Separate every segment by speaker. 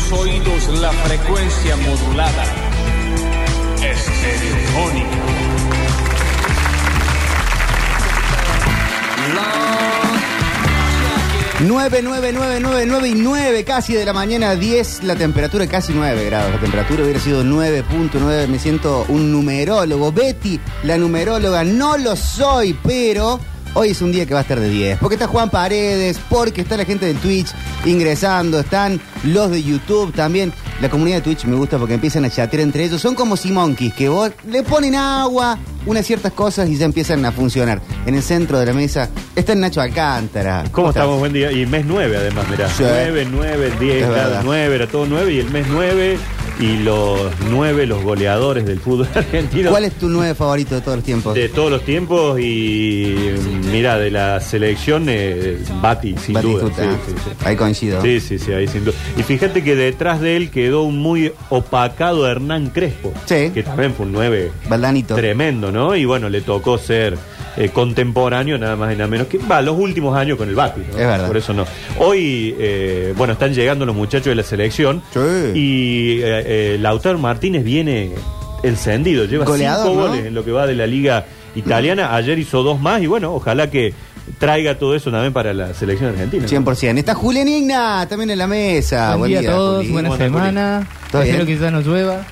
Speaker 1: sus oídos la frecuencia modulada. Estereofónica.
Speaker 2: La... 9, 9, 9, 9, 9 y 9, casi de la mañana, 10, la temperatura casi 9 grados. La temperatura hubiera sido 9.9, me siento un numerólogo. Betty, la numeróloga, no lo soy, pero hoy es un día que va a estar de 10. Porque está Juan Paredes, porque está la gente de Twitch ingresando, están los de YouTube también. La comunidad de Twitch me gusta porque empiezan a chatear entre ellos. Son como Simonkis, que vos le ponen agua, unas ciertas cosas y ya empiezan a funcionar. En el centro de la mesa está Nacho Alcántara.
Speaker 3: ¿Cómo estamos? Buen día. Y el mes 9 además, mirá.
Speaker 2: Sí.
Speaker 3: 9, 9, 10,
Speaker 2: Es
Speaker 3: cada
Speaker 2: verdad.
Speaker 3: 9, era todo 9 y el mes 9 y los 9, los goleadores del fútbol argentino.
Speaker 2: ¿Cuál es tu nueve favorito de todos los tiempos?
Speaker 3: De todos los tiempos y mira, de la selección, eh, Bati, sin
Speaker 2: Batistuta.
Speaker 3: duda. Sí, sí, sí.
Speaker 2: Ahí coincido.
Speaker 3: Sí, sí, sí, ahí sin duda. Y fíjate que detrás de él quedó un muy opacado Hernán Crespo,
Speaker 2: Sí.
Speaker 3: que también fue un 9
Speaker 2: Baldanito.
Speaker 3: Tremendo, ¿no? Y bueno, le tocó ser eh, contemporáneo, nada más y nada menos que va, los últimos años con el Bati. ¿no?
Speaker 2: Es verdad.
Speaker 3: Por eso no. Hoy, eh, bueno, están llegando los muchachos de la selección.
Speaker 2: Sí.
Speaker 3: Y eh, eh, Lautaro Martínez viene encendido, lleva
Speaker 2: Goleador,
Speaker 3: cinco
Speaker 2: ¿no?
Speaker 3: goles en lo que va de la liga italiana. Ayer hizo dos más y bueno, ojalá que traiga todo eso también para la selección argentina. ¿no?
Speaker 2: 100%. Está Julián Igna también en la mesa.
Speaker 4: Buen día a todos,
Speaker 2: Ah, Juli.
Speaker 4: buena
Speaker 3: Buen día,
Speaker 4: semana.
Speaker 2: ¿Todo bien?
Speaker 4: Espero que ya no llueva.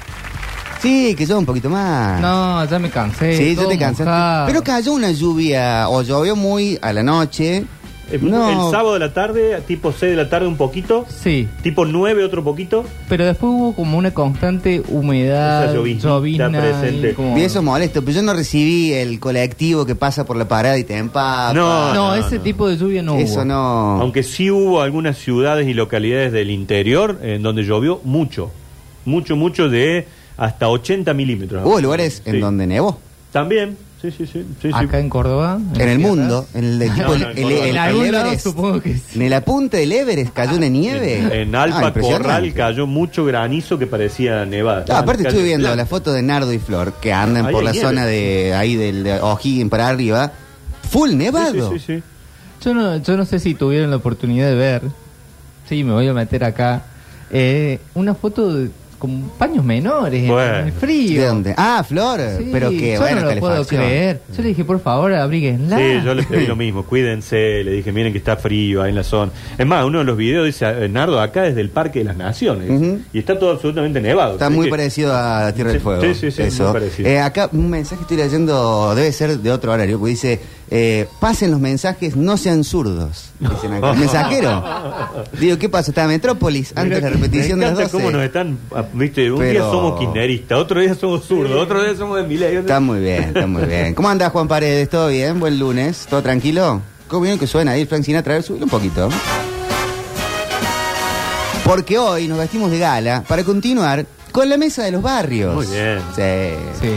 Speaker 2: Sí, que yo un poquito más.
Speaker 4: No, ya me cansé.
Speaker 2: Sí, yo
Speaker 4: todo
Speaker 2: te cansaste.
Speaker 4: mojado.
Speaker 2: Pero cayó una lluvia o llovió muy a la noche.
Speaker 3: Eh, El sábado de la tarde, tipo 6 de la tarde un poquito,
Speaker 4: Sí,
Speaker 3: tipo 9 otro poquito.
Speaker 4: pero después hubo como una constante humedad,
Speaker 3: Esa llovizna
Speaker 4: llovizna.
Speaker 3: presente.
Speaker 4: y como-
Speaker 2: Y eso es molesto, pero yo no recibí el colectivo que pasa por la parada y te empapa.
Speaker 3: No,
Speaker 4: no,
Speaker 3: no,
Speaker 4: ese
Speaker 3: no.
Speaker 4: tipo de lluvia no
Speaker 2: eso
Speaker 4: hubo.
Speaker 2: no.
Speaker 3: Aunque sí hubo algunas ciudades y localidades del interior en donde llovió mucho. Mucho, mucho de hasta 80 milímetros.
Speaker 2: Hubo lugares en
Speaker 3: Sí.
Speaker 2: donde nevó.
Speaker 3: También, sí, sí, sí. sí, sí.
Speaker 4: Acá en Córdoba.
Speaker 2: En el
Speaker 4: tierra.
Speaker 2: mundo, en el equipo,
Speaker 3: No, no,
Speaker 2: el-
Speaker 3: en
Speaker 2: el-
Speaker 3: Córdoba.
Speaker 2: el-
Speaker 4: En
Speaker 2: el
Speaker 4: algún lado
Speaker 2: Everest.
Speaker 4: supongo que sí.
Speaker 2: En la punta del Everest cayó una nieve.
Speaker 3: En, en
Speaker 2: Ah,
Speaker 3: Alpa
Speaker 2: impresionante.
Speaker 3: Corral cayó mucho granizo que parecía nevada.
Speaker 2: Ah, aparte estuve viendo
Speaker 3: la
Speaker 2: la foto de Nardo y Flor que andan
Speaker 3: Ahí
Speaker 2: por
Speaker 3: hay
Speaker 2: la
Speaker 3: nieve.
Speaker 2: zona de ahí del de O'Higgins para arriba. Full nevado.
Speaker 3: Sí, sí, sí.
Speaker 4: Yo no, yo no sé si tuvieron la oportunidad de ver. Sí, me voy a meter acá. eh, una foto de- con paños menores en-
Speaker 3: Bueno.
Speaker 4: en el frío.
Speaker 2: ¿De dónde? Ah, Flor,
Speaker 4: Sí,
Speaker 2: pero que
Speaker 4: yo
Speaker 2: bueno,
Speaker 4: no lo puedo
Speaker 2: calefacción.
Speaker 4: creer. Yo le dije, por favor, abríguenla.
Speaker 3: Sí, yo les pedí lo mismo, cuídense, le dije, miren que está frío ahí en la zona. Es más, uno de los videos dice, eh, Nardo, acá desde el Parque de las Naciones,
Speaker 2: Ujú.
Speaker 3: y está todo absolutamente nevado.
Speaker 2: Está
Speaker 3: Así
Speaker 2: muy
Speaker 3: que-
Speaker 2: parecido a Tierra del
Speaker 3: Sí,
Speaker 2: Fuego.
Speaker 3: sí, sí, sí,
Speaker 2: eso.
Speaker 3: muy parecido.
Speaker 2: Eh, acá un mensaje estoy leyendo, debe ser de otro horario, que dice, eh, pasen los mensajes, no sean zurdos. Dicen acá. Mensajero. Digo, ¿qué pasó? Estaba Metrópolis antes de la repetición
Speaker 3: Me
Speaker 2: de las
Speaker 3: encanta
Speaker 2: 12.
Speaker 3: cómo nos están, ah, viste, un día
Speaker 2: Pero-
Speaker 3: somos kirchneristas, otro día somos zurdos, otro día somos de Milei. otro-
Speaker 2: Está muy bien, está muy bien. ¿Cómo andás, Juan Paredes? ¿Todo bien? ¿Buen lunes? ¿Todo tranquilo? ¿Cómo bien que suena ahí el Frank Sinatra? A ver, subilo un poquito. Porque hoy nos vestimos de gala para continuar con la mesa de los barrios.
Speaker 3: Muy bien.
Speaker 2: Sí.
Speaker 4: Sí.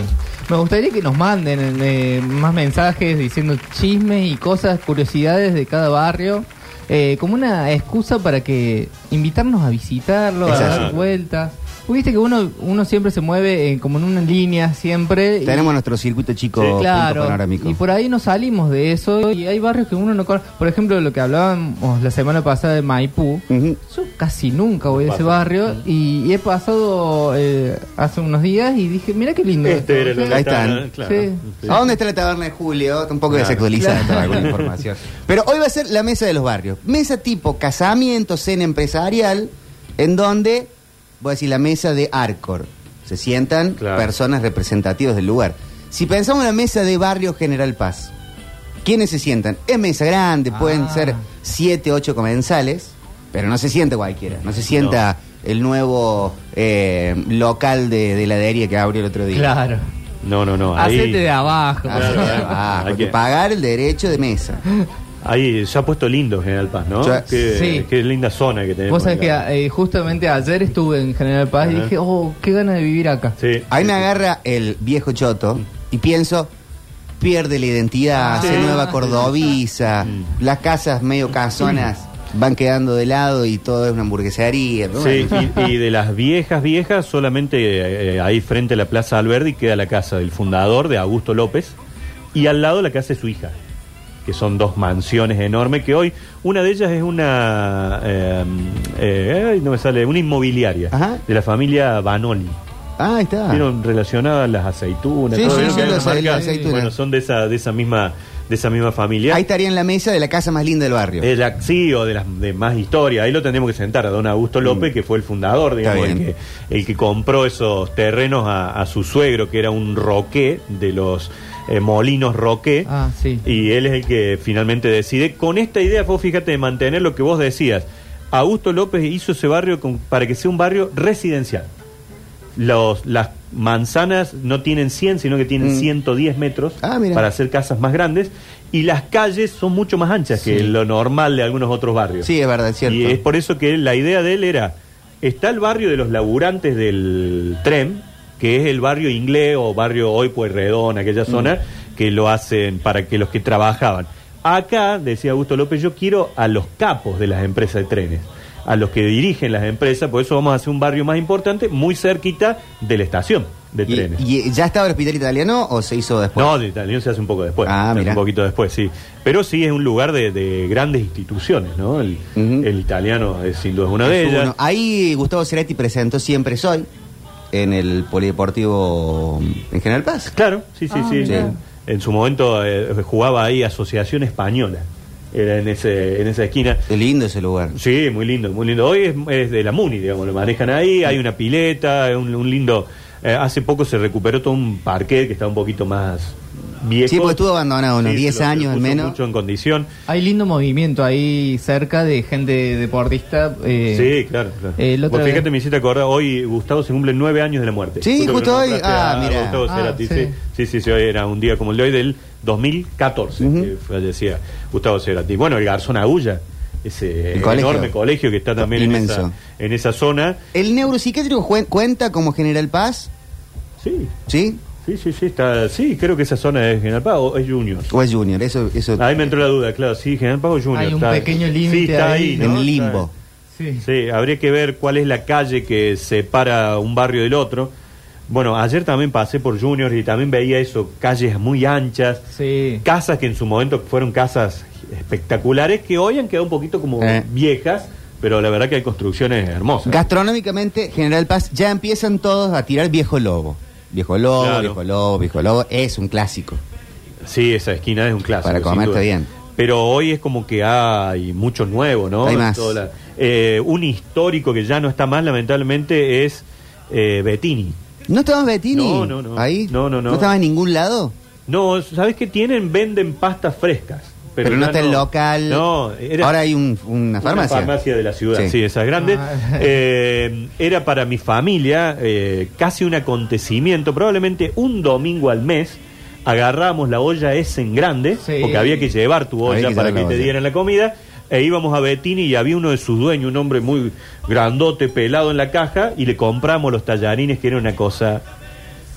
Speaker 4: Me gustaría que nos manden eh, más mensajes diciendo chismes y cosas, curiosidades de cada barrio. eh, como una excusa para que invitarnos a visitarlo, a
Speaker 2: Exacto.
Speaker 4: dar vueltas. Porque Viste que uno, uno siempre se mueve eh, como en una línea siempre. y-
Speaker 2: Tenemos nuestro circuito chico
Speaker 3: Sí,
Speaker 2: punto
Speaker 4: claro.
Speaker 2: panorámico.
Speaker 4: Y por ahí no salimos de eso. Y hay barrios que uno no conoce. Por ejemplo, lo que hablábamos la semana pasada de Maipú.
Speaker 2: Ujú.
Speaker 4: Yo casi nunca voy a ese
Speaker 3: Pasa.
Speaker 4: barrio y, y he pasado eh, hace unos días y dije, mira qué lindo.
Speaker 3: Este era el
Speaker 4: esto".
Speaker 2: Ahí están.
Speaker 3: ¿no? Claro.
Speaker 4: Sí.
Speaker 3: Sí.
Speaker 2: ¿A dónde está la taberna de Julio? Está un poco
Speaker 3: Claro.
Speaker 2: desactualizada toda alguna información. Pero hoy va a ser la mesa de los barrios. Mesa tipo casamiento, cena empresarial, en donde, voy a decir, la mesa de Arcor. Se sientan
Speaker 3: Claro.
Speaker 2: personas representativas del lugar. Si pensamos en la mesa de barrio General Paz, ¿quiénes se sientan? Es mesa grande, pueden
Speaker 4: Ah.
Speaker 2: ser siete, ocho comensales, pero no se sienta cualquiera. No se sienta el nuevo eh, local de, de heladería que abrió el otro día.
Speaker 4: Claro.
Speaker 3: No, no, no. Ahí,
Speaker 4: Hacete de abajo.
Speaker 2: Ah,
Speaker 3: Claro,
Speaker 2: sí,
Speaker 3: claro.
Speaker 2: ah,
Speaker 3: Hay
Speaker 2: porque
Speaker 3: que-
Speaker 2: pagar el derecho de mesa.
Speaker 3: ahí se ha puesto lindo General Paz, ¿no?
Speaker 2: Ya-
Speaker 3: Qué,
Speaker 4: Sí.
Speaker 3: qué linda zona que tenemos.
Speaker 4: Vos sabés que
Speaker 3: acá.
Speaker 4: eh, justamente ayer estuve en General Paz y
Speaker 3: Ajá.
Speaker 4: dije, oh, qué ganas de vivir acá.
Speaker 3: Sí.
Speaker 2: Ahí me agarra el viejo choto y pienso, pierde la
Speaker 3: Ah.
Speaker 2: identidad,
Speaker 4: Sí.
Speaker 2: se nueva cordobisa, las casas medio casonas van quedando de lado y todo es una hamburguesería. ¿no?
Speaker 3: Sí, y, y de las viejas, viejas, solamente eh, ahí frente a la Plaza Alberdi queda la casa del fundador de Augusto López y al lado la casa de su hija. que son dos mansiones enormes, que hoy una de ellas es una, eh, eh, ay, no me sale, una inmobiliaria
Speaker 2: Ajá.
Speaker 3: de la familia Banoli.
Speaker 2: Ah, ahí está.
Speaker 3: Vieron relacionadas a las aceitunas.
Speaker 2: Sí,
Speaker 3: todo,
Speaker 2: sí,
Speaker 3: ¿vieron
Speaker 2: sí,
Speaker 3: que hay
Speaker 2: las-
Speaker 3: una marca?
Speaker 2: las aceitunas.
Speaker 3: Bueno, son de esa, de esa misma, de esa misma familia.
Speaker 2: Ahí estaría en la mesa de la casa más linda del barrio.
Speaker 3: El sí, E o de las de más historia. Ahí lo tenemos que sentar a don Augusto López, que fue el fundador,
Speaker 2: Mm. Está
Speaker 3: digamos, el
Speaker 2: bien.
Speaker 3: que, el que compró esos terrenos a, a su suegro, que era un roqué de los eh, molinos roqué.
Speaker 4: Ah, sí.
Speaker 3: Y él es el que finalmente decide. Con esta idea, vos fíjate, de mantener lo que vos decías. Augusto López hizo ese barrio con- para que sea un barrio residencial. Los, las manzanas no tienen 100, sino que tienen
Speaker 2: Mm.
Speaker 3: 110 metros
Speaker 2: Ah, mira.
Speaker 3: para hacer casas más grandes. Y las calles son mucho más anchas que lo normal de algunos otros barrios.
Speaker 2: Sí, es verdad, es cierto.
Speaker 3: Y es por eso que la idea de él era, está el barrio de los laburantes del tren, que es el barrio inglés o barrio hoy Pueyrredón, aquella
Speaker 2: Mm.
Speaker 3: zona, que lo hacen para que los que trabajaban. Acá, decía Augusto López, yo quiero a los capos de las empresas de trenes, a los que dirigen las empresas, por eso vamos a hacer un barrio más importante, muy cerquita de la estación de
Speaker 2: Y-
Speaker 3: trenes.
Speaker 2: y ya estaba el hospital italiano o se hizo después?
Speaker 3: No, de Italiano se hace un poco después.
Speaker 2: Ah,
Speaker 3: se hace
Speaker 2: mirá.
Speaker 3: Un poquito después, sí. Pero sí es un lugar de, de grandes instituciones, ¿no? El,
Speaker 2: Ujú.
Speaker 3: el italiano es sin duda es una de
Speaker 2: Es
Speaker 3: ellas.
Speaker 2: uno. Ahí Gustavo Cerati presentó Siempre Soy en el Polideportivo mm, en General Paz.
Speaker 3: Claro, sí, sí,
Speaker 4: Ah,
Speaker 3: sí.
Speaker 2: mirá.
Speaker 3: En su momento eh, jugaba ahí Asociación Española. Era en, ese, en esa esquina.
Speaker 2: Qué lindo ese lugar.
Speaker 3: Sí, muy lindo, muy lindo. Hoy es, es de la MUNI, digamos, lo manejan ahí, hay una pileta, un, un lindo... eh, hace poco se recuperó todo un parquet que está un poquito más viejo.
Speaker 2: Sí, porque estuvo abandonado unos
Speaker 3: Sí,
Speaker 2: 10
Speaker 3: se lo- se lo
Speaker 2: años al
Speaker 3: puso
Speaker 2: menos.
Speaker 3: Mucho en condición.
Speaker 4: Hay lindo movimiento ahí cerca de gente deportista. eh,
Speaker 3: Sí, claro. claro.
Speaker 4: eh, la otra
Speaker 3: Vos
Speaker 4: vez-
Speaker 3: fíjate, me hiciste acordar, hoy Gustavo se cumple nueve años de la muerte.
Speaker 2: Sí,
Speaker 3: que
Speaker 2: justo
Speaker 3: lo
Speaker 2: hoy.
Speaker 3: nombraste
Speaker 2: Ah,
Speaker 3: a
Speaker 2: mirá.
Speaker 3: Gustavo
Speaker 4: Ah,
Speaker 3: Cerati,
Speaker 4: sí.
Speaker 3: sí. sí, sí, sí, hoy era un día como el de hoy del 2014
Speaker 2: Ujú.
Speaker 3: que fallecía Gustavo Cerati. Bueno, el Garzón Agulla, ese
Speaker 2: El colegio.
Speaker 3: enorme colegio que está también en
Speaker 2: Inmenso.
Speaker 3: esa, en esa zona.
Speaker 2: ¿El neuropsiquiátrico jue- cuenta como General Paz?
Speaker 3: Sí,
Speaker 2: ¿Sí?
Speaker 3: sí, sí, sí, está, sí, creo que esa zona es General Paz o es Junior.
Speaker 2: ¿O es Junior? Eso, eso
Speaker 3: Ahí me entró la duda, claro, sí, General Paz o Junior.
Speaker 4: Hay un
Speaker 3: está-
Speaker 4: pequeño
Speaker 3: Sí,
Speaker 4: límite
Speaker 3: está ahí,
Speaker 4: ahí,
Speaker 3: ¿no?
Speaker 2: en
Speaker 3: Está-
Speaker 2: limbo.
Speaker 4: sí.
Speaker 3: Sí, habría que ver cuál es la calle que separa un barrio del otro. Bueno, ayer también pasé por Juniors y también veía eso, calles muy anchas,
Speaker 4: Sí.
Speaker 3: casas que en su momento fueron casas espectaculares que hoy han quedado un poquito como
Speaker 2: Eh.
Speaker 3: viejas, pero la verdad que hay construcciones hermosas.
Speaker 2: Gastronómicamente, General Paz, ya empiezan todos a tirar viejo lobo. Viejo lobo,
Speaker 3: Claro.
Speaker 2: viejo lobo, viejo lobo. Es un clásico.
Speaker 3: sí, esa esquina es un clásico.
Speaker 2: Para
Speaker 3: sin
Speaker 2: comerte
Speaker 3: duda.
Speaker 2: bien.
Speaker 3: Pero hoy es como que hay mucho nuevo, ¿no?
Speaker 2: Hay más.
Speaker 3: Todo la- eh, un histórico que ya no está más, lamentablemente, es eh, Bettini.
Speaker 2: ¿No estabas Bettini?
Speaker 3: No, no, no.
Speaker 2: ¿Ahí?
Speaker 3: No, no, no.
Speaker 2: ¿No estabas en ningún lado?
Speaker 3: No, ¿sabes qué tienen? Venden pastas frescas.
Speaker 2: Pero,
Speaker 3: ya
Speaker 2: no está el local.
Speaker 3: No, era
Speaker 2: Ahora hay un- una farmacia.
Speaker 3: Una farmacia de la ciudad, sí,
Speaker 2: Sí.
Speaker 3: esas grandes.
Speaker 4: Ah.
Speaker 3: Eh, era para mi familia eh, casi un acontecimiento, probablemente un domingo al mes. Agarramos la olla esa en grande,
Speaker 4: Sí.
Speaker 3: porque había que llevar tu
Speaker 2: Había
Speaker 3: olla
Speaker 2: que
Speaker 3: para que
Speaker 2: llevar la
Speaker 3: te
Speaker 2: olla.
Speaker 3: dieran la comida. E íbamos a Bettini y había uno de sus dueños, un hombre muy grandote, pelado en la caja, y le compramos los tallarines, que era una cosa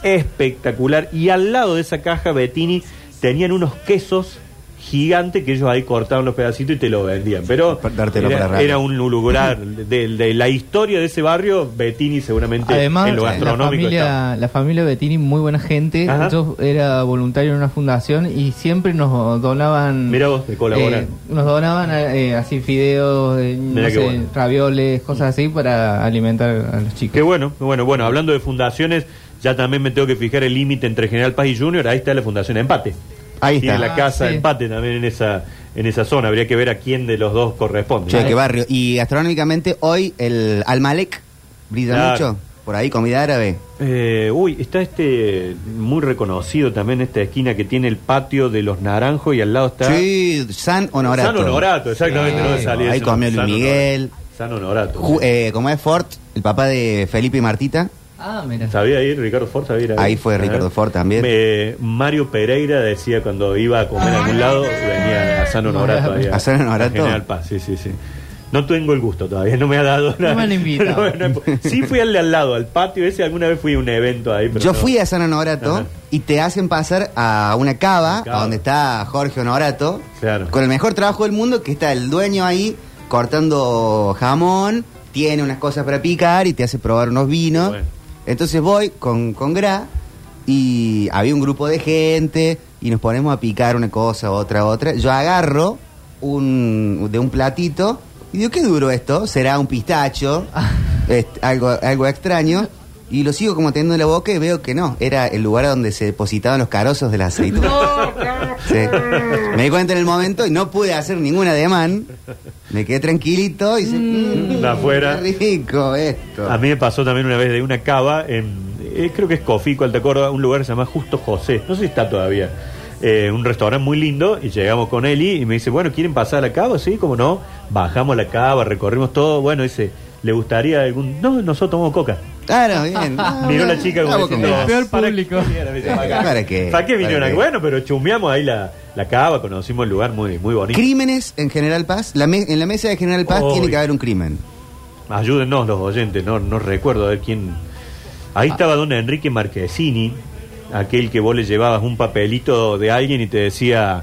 Speaker 3: espectacular. Y al lado de esa caja, Bettini, tenían unos quesos gigantes que ellos ahí cortaban los pedacitos y te lo vendían. Pero
Speaker 2: Para dártelo
Speaker 3: era,
Speaker 2: para rato.
Speaker 3: era un lugar de, de la historia de ese barrio, Bettini seguramente
Speaker 4: Además,
Speaker 3: en lo
Speaker 4: la
Speaker 3: gastronómico estaba.
Speaker 4: familia, la familia Bettini, muy buena gente.
Speaker 3: Ajá.
Speaker 4: Yo era voluntario en una fundación y siempre nos donaban.
Speaker 3: Mirá vos, de colaborar.
Speaker 4: eh, nos donaban eh, así fideos, eh, no
Speaker 3: Mirá qué
Speaker 4: sé,
Speaker 3: bueno.
Speaker 4: ravioles, cosas así para alimentar a los chicos.
Speaker 3: Qué bueno, qué bueno, bueno, hablando de fundaciones, ya también me tengo que fijar el límite entre General Paz y Junior, ahí está la Fundación Empate.
Speaker 2: Ahí
Speaker 3: Tiene
Speaker 2: está.
Speaker 3: la casa
Speaker 4: Ah, sí.
Speaker 3: Empate también en esa, en esa zona, habría que ver a quién de los dos corresponde.
Speaker 2: Che,
Speaker 3: ¿no?
Speaker 2: qué barrio. Y gastronómicamente, hoy el Almalek brilla
Speaker 3: Claro.
Speaker 2: mucho. Por ahí, comida árabe.
Speaker 3: Eh, uy, está este muy reconocido también esta esquina que tiene el patio de los naranjos y al lado está
Speaker 2: Sí, San Honorato.
Speaker 3: San Honorato, exactamente,
Speaker 4: Sí.
Speaker 3: no me salía
Speaker 2: Ahí
Speaker 3: ese
Speaker 2: comió Luis
Speaker 3: nombre, San Honorato.
Speaker 2: Miguel.
Speaker 3: San Honorato.
Speaker 2: Ju- eh, como es Ford, el papá de Felipe y Martita.
Speaker 4: Ah, mira.
Speaker 3: Sabía ir Ricardo Ford, sabía ir
Speaker 2: Ahí fue Ricardo Ford también.
Speaker 3: Eh, Mario Pereira decía cuando iba a comer a algún lado venía a San Honorato. ahí
Speaker 2: ¿A San Honorato?
Speaker 3: General Paz, sí, sí, sí. No tengo el gusto todavía, no me ha dado
Speaker 4: No me han invitado.
Speaker 3: no, no, sí fui al de al lado, al patio ese, alguna vez fui a un evento ahí. pero
Speaker 2: Yo
Speaker 3: no.
Speaker 2: fui a San Honorato
Speaker 3: Ajá.
Speaker 2: y te hacen pasar a una cava,
Speaker 3: Cava.
Speaker 2: a donde está Jorge Honorato,
Speaker 3: Claro.
Speaker 2: con el mejor trabajo del mundo, que está el dueño ahí cortando jamón, tiene unas cosas para picar y te hace probar unos vinos.
Speaker 3: Bueno.
Speaker 2: Entonces voy con, con Gra y había un grupo de gente y nos ponemos a picar una cosa, otra, otra. Yo agarro un, de un platito y digo, ¿qué duro esto? ¿Será un pistacho? Est- algo, algo extraño. Y lo sigo como teniendo en la boca y veo que no, era el lugar donde se depositaban los carozos de la aceituna. Sí. Me di cuenta en el momento y no pude hacer ningún ademán. Me quedé tranquilito y se...
Speaker 3: De Mm, afuera.
Speaker 2: qué rico esto.
Speaker 3: A mí me pasó también una vez de una cava, en, eh, creo que es Cofico, Alta Córdoba, un lugar que se llama Justo José, no sé si está todavía. Eh, un restaurante muy lindo y llegamos con Eli y me dice, bueno, ¿quieren pasar a la cava? Sí, como no, bajamos la cava, recorrimos todo, bueno, dice, ¿le gustaría algún...? No, nosotros tomamos coca.
Speaker 2: Claro, bien. Ah,
Speaker 3: Miró
Speaker 2: bueno,
Speaker 3: la chica como
Speaker 2: vamos
Speaker 3: diciendo, "Ah,
Speaker 2: con-
Speaker 4: El peor
Speaker 3: "¿Para qué
Speaker 4: público".
Speaker 3: vinieron?" Me dice, "Para acá".
Speaker 2: ¿Para qué?
Speaker 3: ¿Para qué vinieron
Speaker 2: ¿Para
Speaker 3: acá?
Speaker 2: qué?
Speaker 3: Bueno, pero chumeamos ahí la, la cava, conocimos el lugar muy, muy bonito.
Speaker 2: Crímenes en General Paz. La me- en la mesa de General Paz
Speaker 3: Oy.
Speaker 2: tiene que haber un crimen.
Speaker 3: Ayúdenos los oyentes, no, no recuerdo a ver quién.
Speaker 2: Ah.
Speaker 3: Ahí estaba don Enrique Marquesini, aquel que vos le llevabas un papelito de alguien y te decía,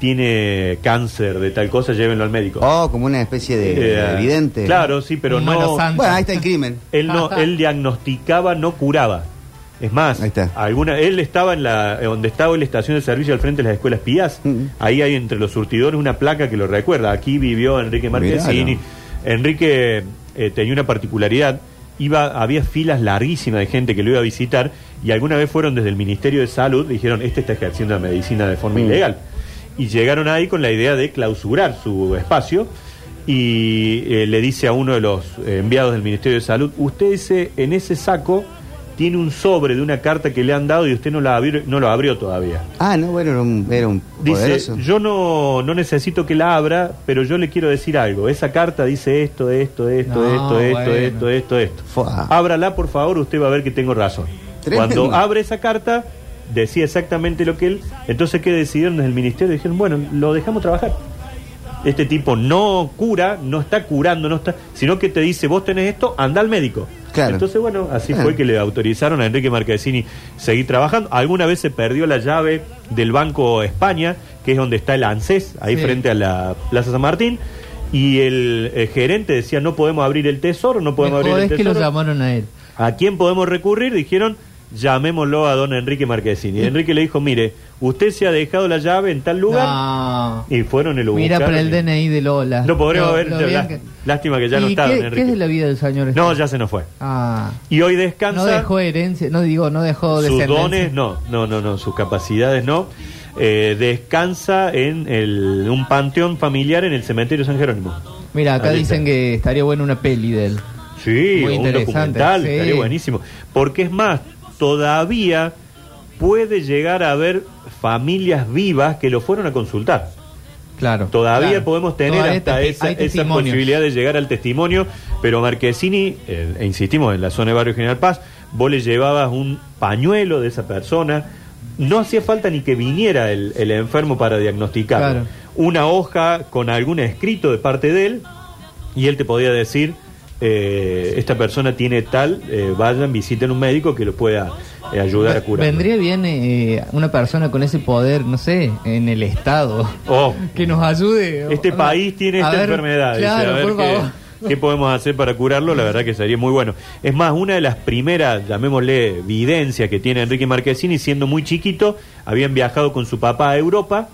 Speaker 3: tiene cáncer de tal cosa, llévenlo al médico.
Speaker 2: Oh, como una especie de,
Speaker 3: Eh,
Speaker 2: de vidente.
Speaker 3: Claro, sí, pero
Speaker 4: Un mano
Speaker 3: no.
Speaker 4: santa.
Speaker 2: Bueno, ahí está el crimen.
Speaker 3: Él no, él diagnosticaba, no curaba. Es más,
Speaker 2: Ahí está.
Speaker 3: alguna, él estaba en la, eh, donde estaba la estación de servicio al frente de las escuelas Pías.
Speaker 2: Mm.
Speaker 3: Ahí hay entre los surtidores una placa que lo recuerda. Aquí vivió Enrique Marquesini.
Speaker 2: Mirá,
Speaker 3: Enrique eh, tenía una particularidad. Iba, había filas larguísimas de gente que lo iba a visitar y alguna vez fueron desde el Ministerio de Salud, dijeron, este está ejerciendo la medicina de forma
Speaker 2: Mm.
Speaker 3: ilegal. Y llegaron ahí con la idea de clausurar su espacio y eh, le dice a uno de los eh, enviados del Ministerio de Salud, usted dice, en ese saco tiene un sobre de una carta que le han dado y usted no, la abrió, no lo abrió todavía.
Speaker 2: Ah, no, bueno, era un, era un
Speaker 3: Dice,
Speaker 2: poderoso.
Speaker 3: yo no, no necesito que la abra, pero yo le quiero decir algo. Esa carta dice esto, esto, esto,
Speaker 4: No,
Speaker 3: esto, esto,
Speaker 4: bueno.
Speaker 3: esto, esto, esto.
Speaker 2: Fua.
Speaker 3: Ábrala, por favor, usted va a ver que tengo razón.
Speaker 2: Ah. Tremendo.
Speaker 3: Cuando abre esa carta, decía exactamente lo que él. Entonces, ¿qué decidieron desde el ministerio? Dijeron, bueno, lo dejamos trabajar. Este tipo no cura, no está curando, no está, sino que te dice, vos tenés esto, anda al médico.
Speaker 2: Claro.
Speaker 3: Entonces, bueno, así
Speaker 2: Claro.
Speaker 3: fue que le autorizaron a Enrique Marquesini seguir trabajando. Alguna vez se perdió la llave del Banco España, que es donde está el ANSES, ahí
Speaker 4: Sí.
Speaker 3: frente a la Plaza San Martín. Y el, eh, gerente decía, no podemos abrir el tesoro, no podemos abrir
Speaker 4: Me
Speaker 3: el
Speaker 4: jodés que
Speaker 3: tesoro.
Speaker 4: lo llamaron a él.
Speaker 3: ¿A quién podemos recurrir? Dijeron, llamémoslo a don Enrique Marquesini. Y Enrique le dijo, mire, usted se ha dejado la llave en tal lugar.
Speaker 4: No.
Speaker 3: Y fueron y lo
Speaker 4: Mira
Speaker 3: buscaron
Speaker 4: para el
Speaker 3: y-
Speaker 4: DNI de Lola.
Speaker 3: No podremos ver, ya,
Speaker 4: bien
Speaker 3: lá- lástima que ya no
Speaker 4: ¿Y
Speaker 3: está, don
Speaker 4: qué,
Speaker 3: Enrique.
Speaker 4: ¿Qué es de la vida del señor?
Speaker 3: No,
Speaker 4: este?
Speaker 3: ya se nos fue.
Speaker 4: Ah.
Speaker 3: Y hoy descansa.
Speaker 4: No dejó herencia, no digo, no dejó
Speaker 3: sus
Speaker 4: descendencia.
Speaker 3: dones, no, no, no, no, sus capacidades no. Eh, descansa en el- un panteón familiar en el cementerio San Jerónimo.
Speaker 4: Mira, acá
Speaker 3: Ahí está.
Speaker 4: dicen que estaría buena una peli de él.
Speaker 3: Sí, un
Speaker 4: Muy interesante,
Speaker 3: documental,
Speaker 4: sí.
Speaker 3: estaría buenísimo. Porque es más, todavía puede llegar a haber familias vivas que lo fueron a consultar.
Speaker 4: Claro.
Speaker 3: Todavía
Speaker 4: Claro.
Speaker 3: podemos tener
Speaker 4: Todavía
Speaker 3: hasta
Speaker 4: testi-
Speaker 3: esa,
Speaker 4: hay
Speaker 3: esa
Speaker 4: testimonios.
Speaker 3: posibilidad de llegar al testimonio, pero Marquesini, eh, e insistimos, en la zona de Barrio General Paz, vos le llevabas un pañuelo de esa persona, no hacía falta ni que viniera el, el enfermo para diagnosticar.
Speaker 4: Claro.
Speaker 3: Una hoja con algún escrito de parte de él y él te podía decir, eh, esta persona tiene tal, eh, vayan, visiten un médico que lo pueda eh, ayudar a curar.
Speaker 4: Vendría bien eh, una persona con ese poder, no sé, en el Estado.
Speaker 3: Oh.
Speaker 4: Que nos ayude.
Speaker 3: Este
Speaker 4: A-
Speaker 3: país tiene
Speaker 4: a
Speaker 3: esta
Speaker 4: ver,
Speaker 3: enfermedad. dice,
Speaker 4: Claro,
Speaker 3: a ver
Speaker 4: por
Speaker 3: qué,
Speaker 4: favor.
Speaker 3: qué podemos hacer para curarlo? La verdad que sería muy bueno. Es más, una de las primeras, llamémosle, evidencias que tiene Enrique Marquesini, siendo muy chiquito, habían viajado con su papá a Europa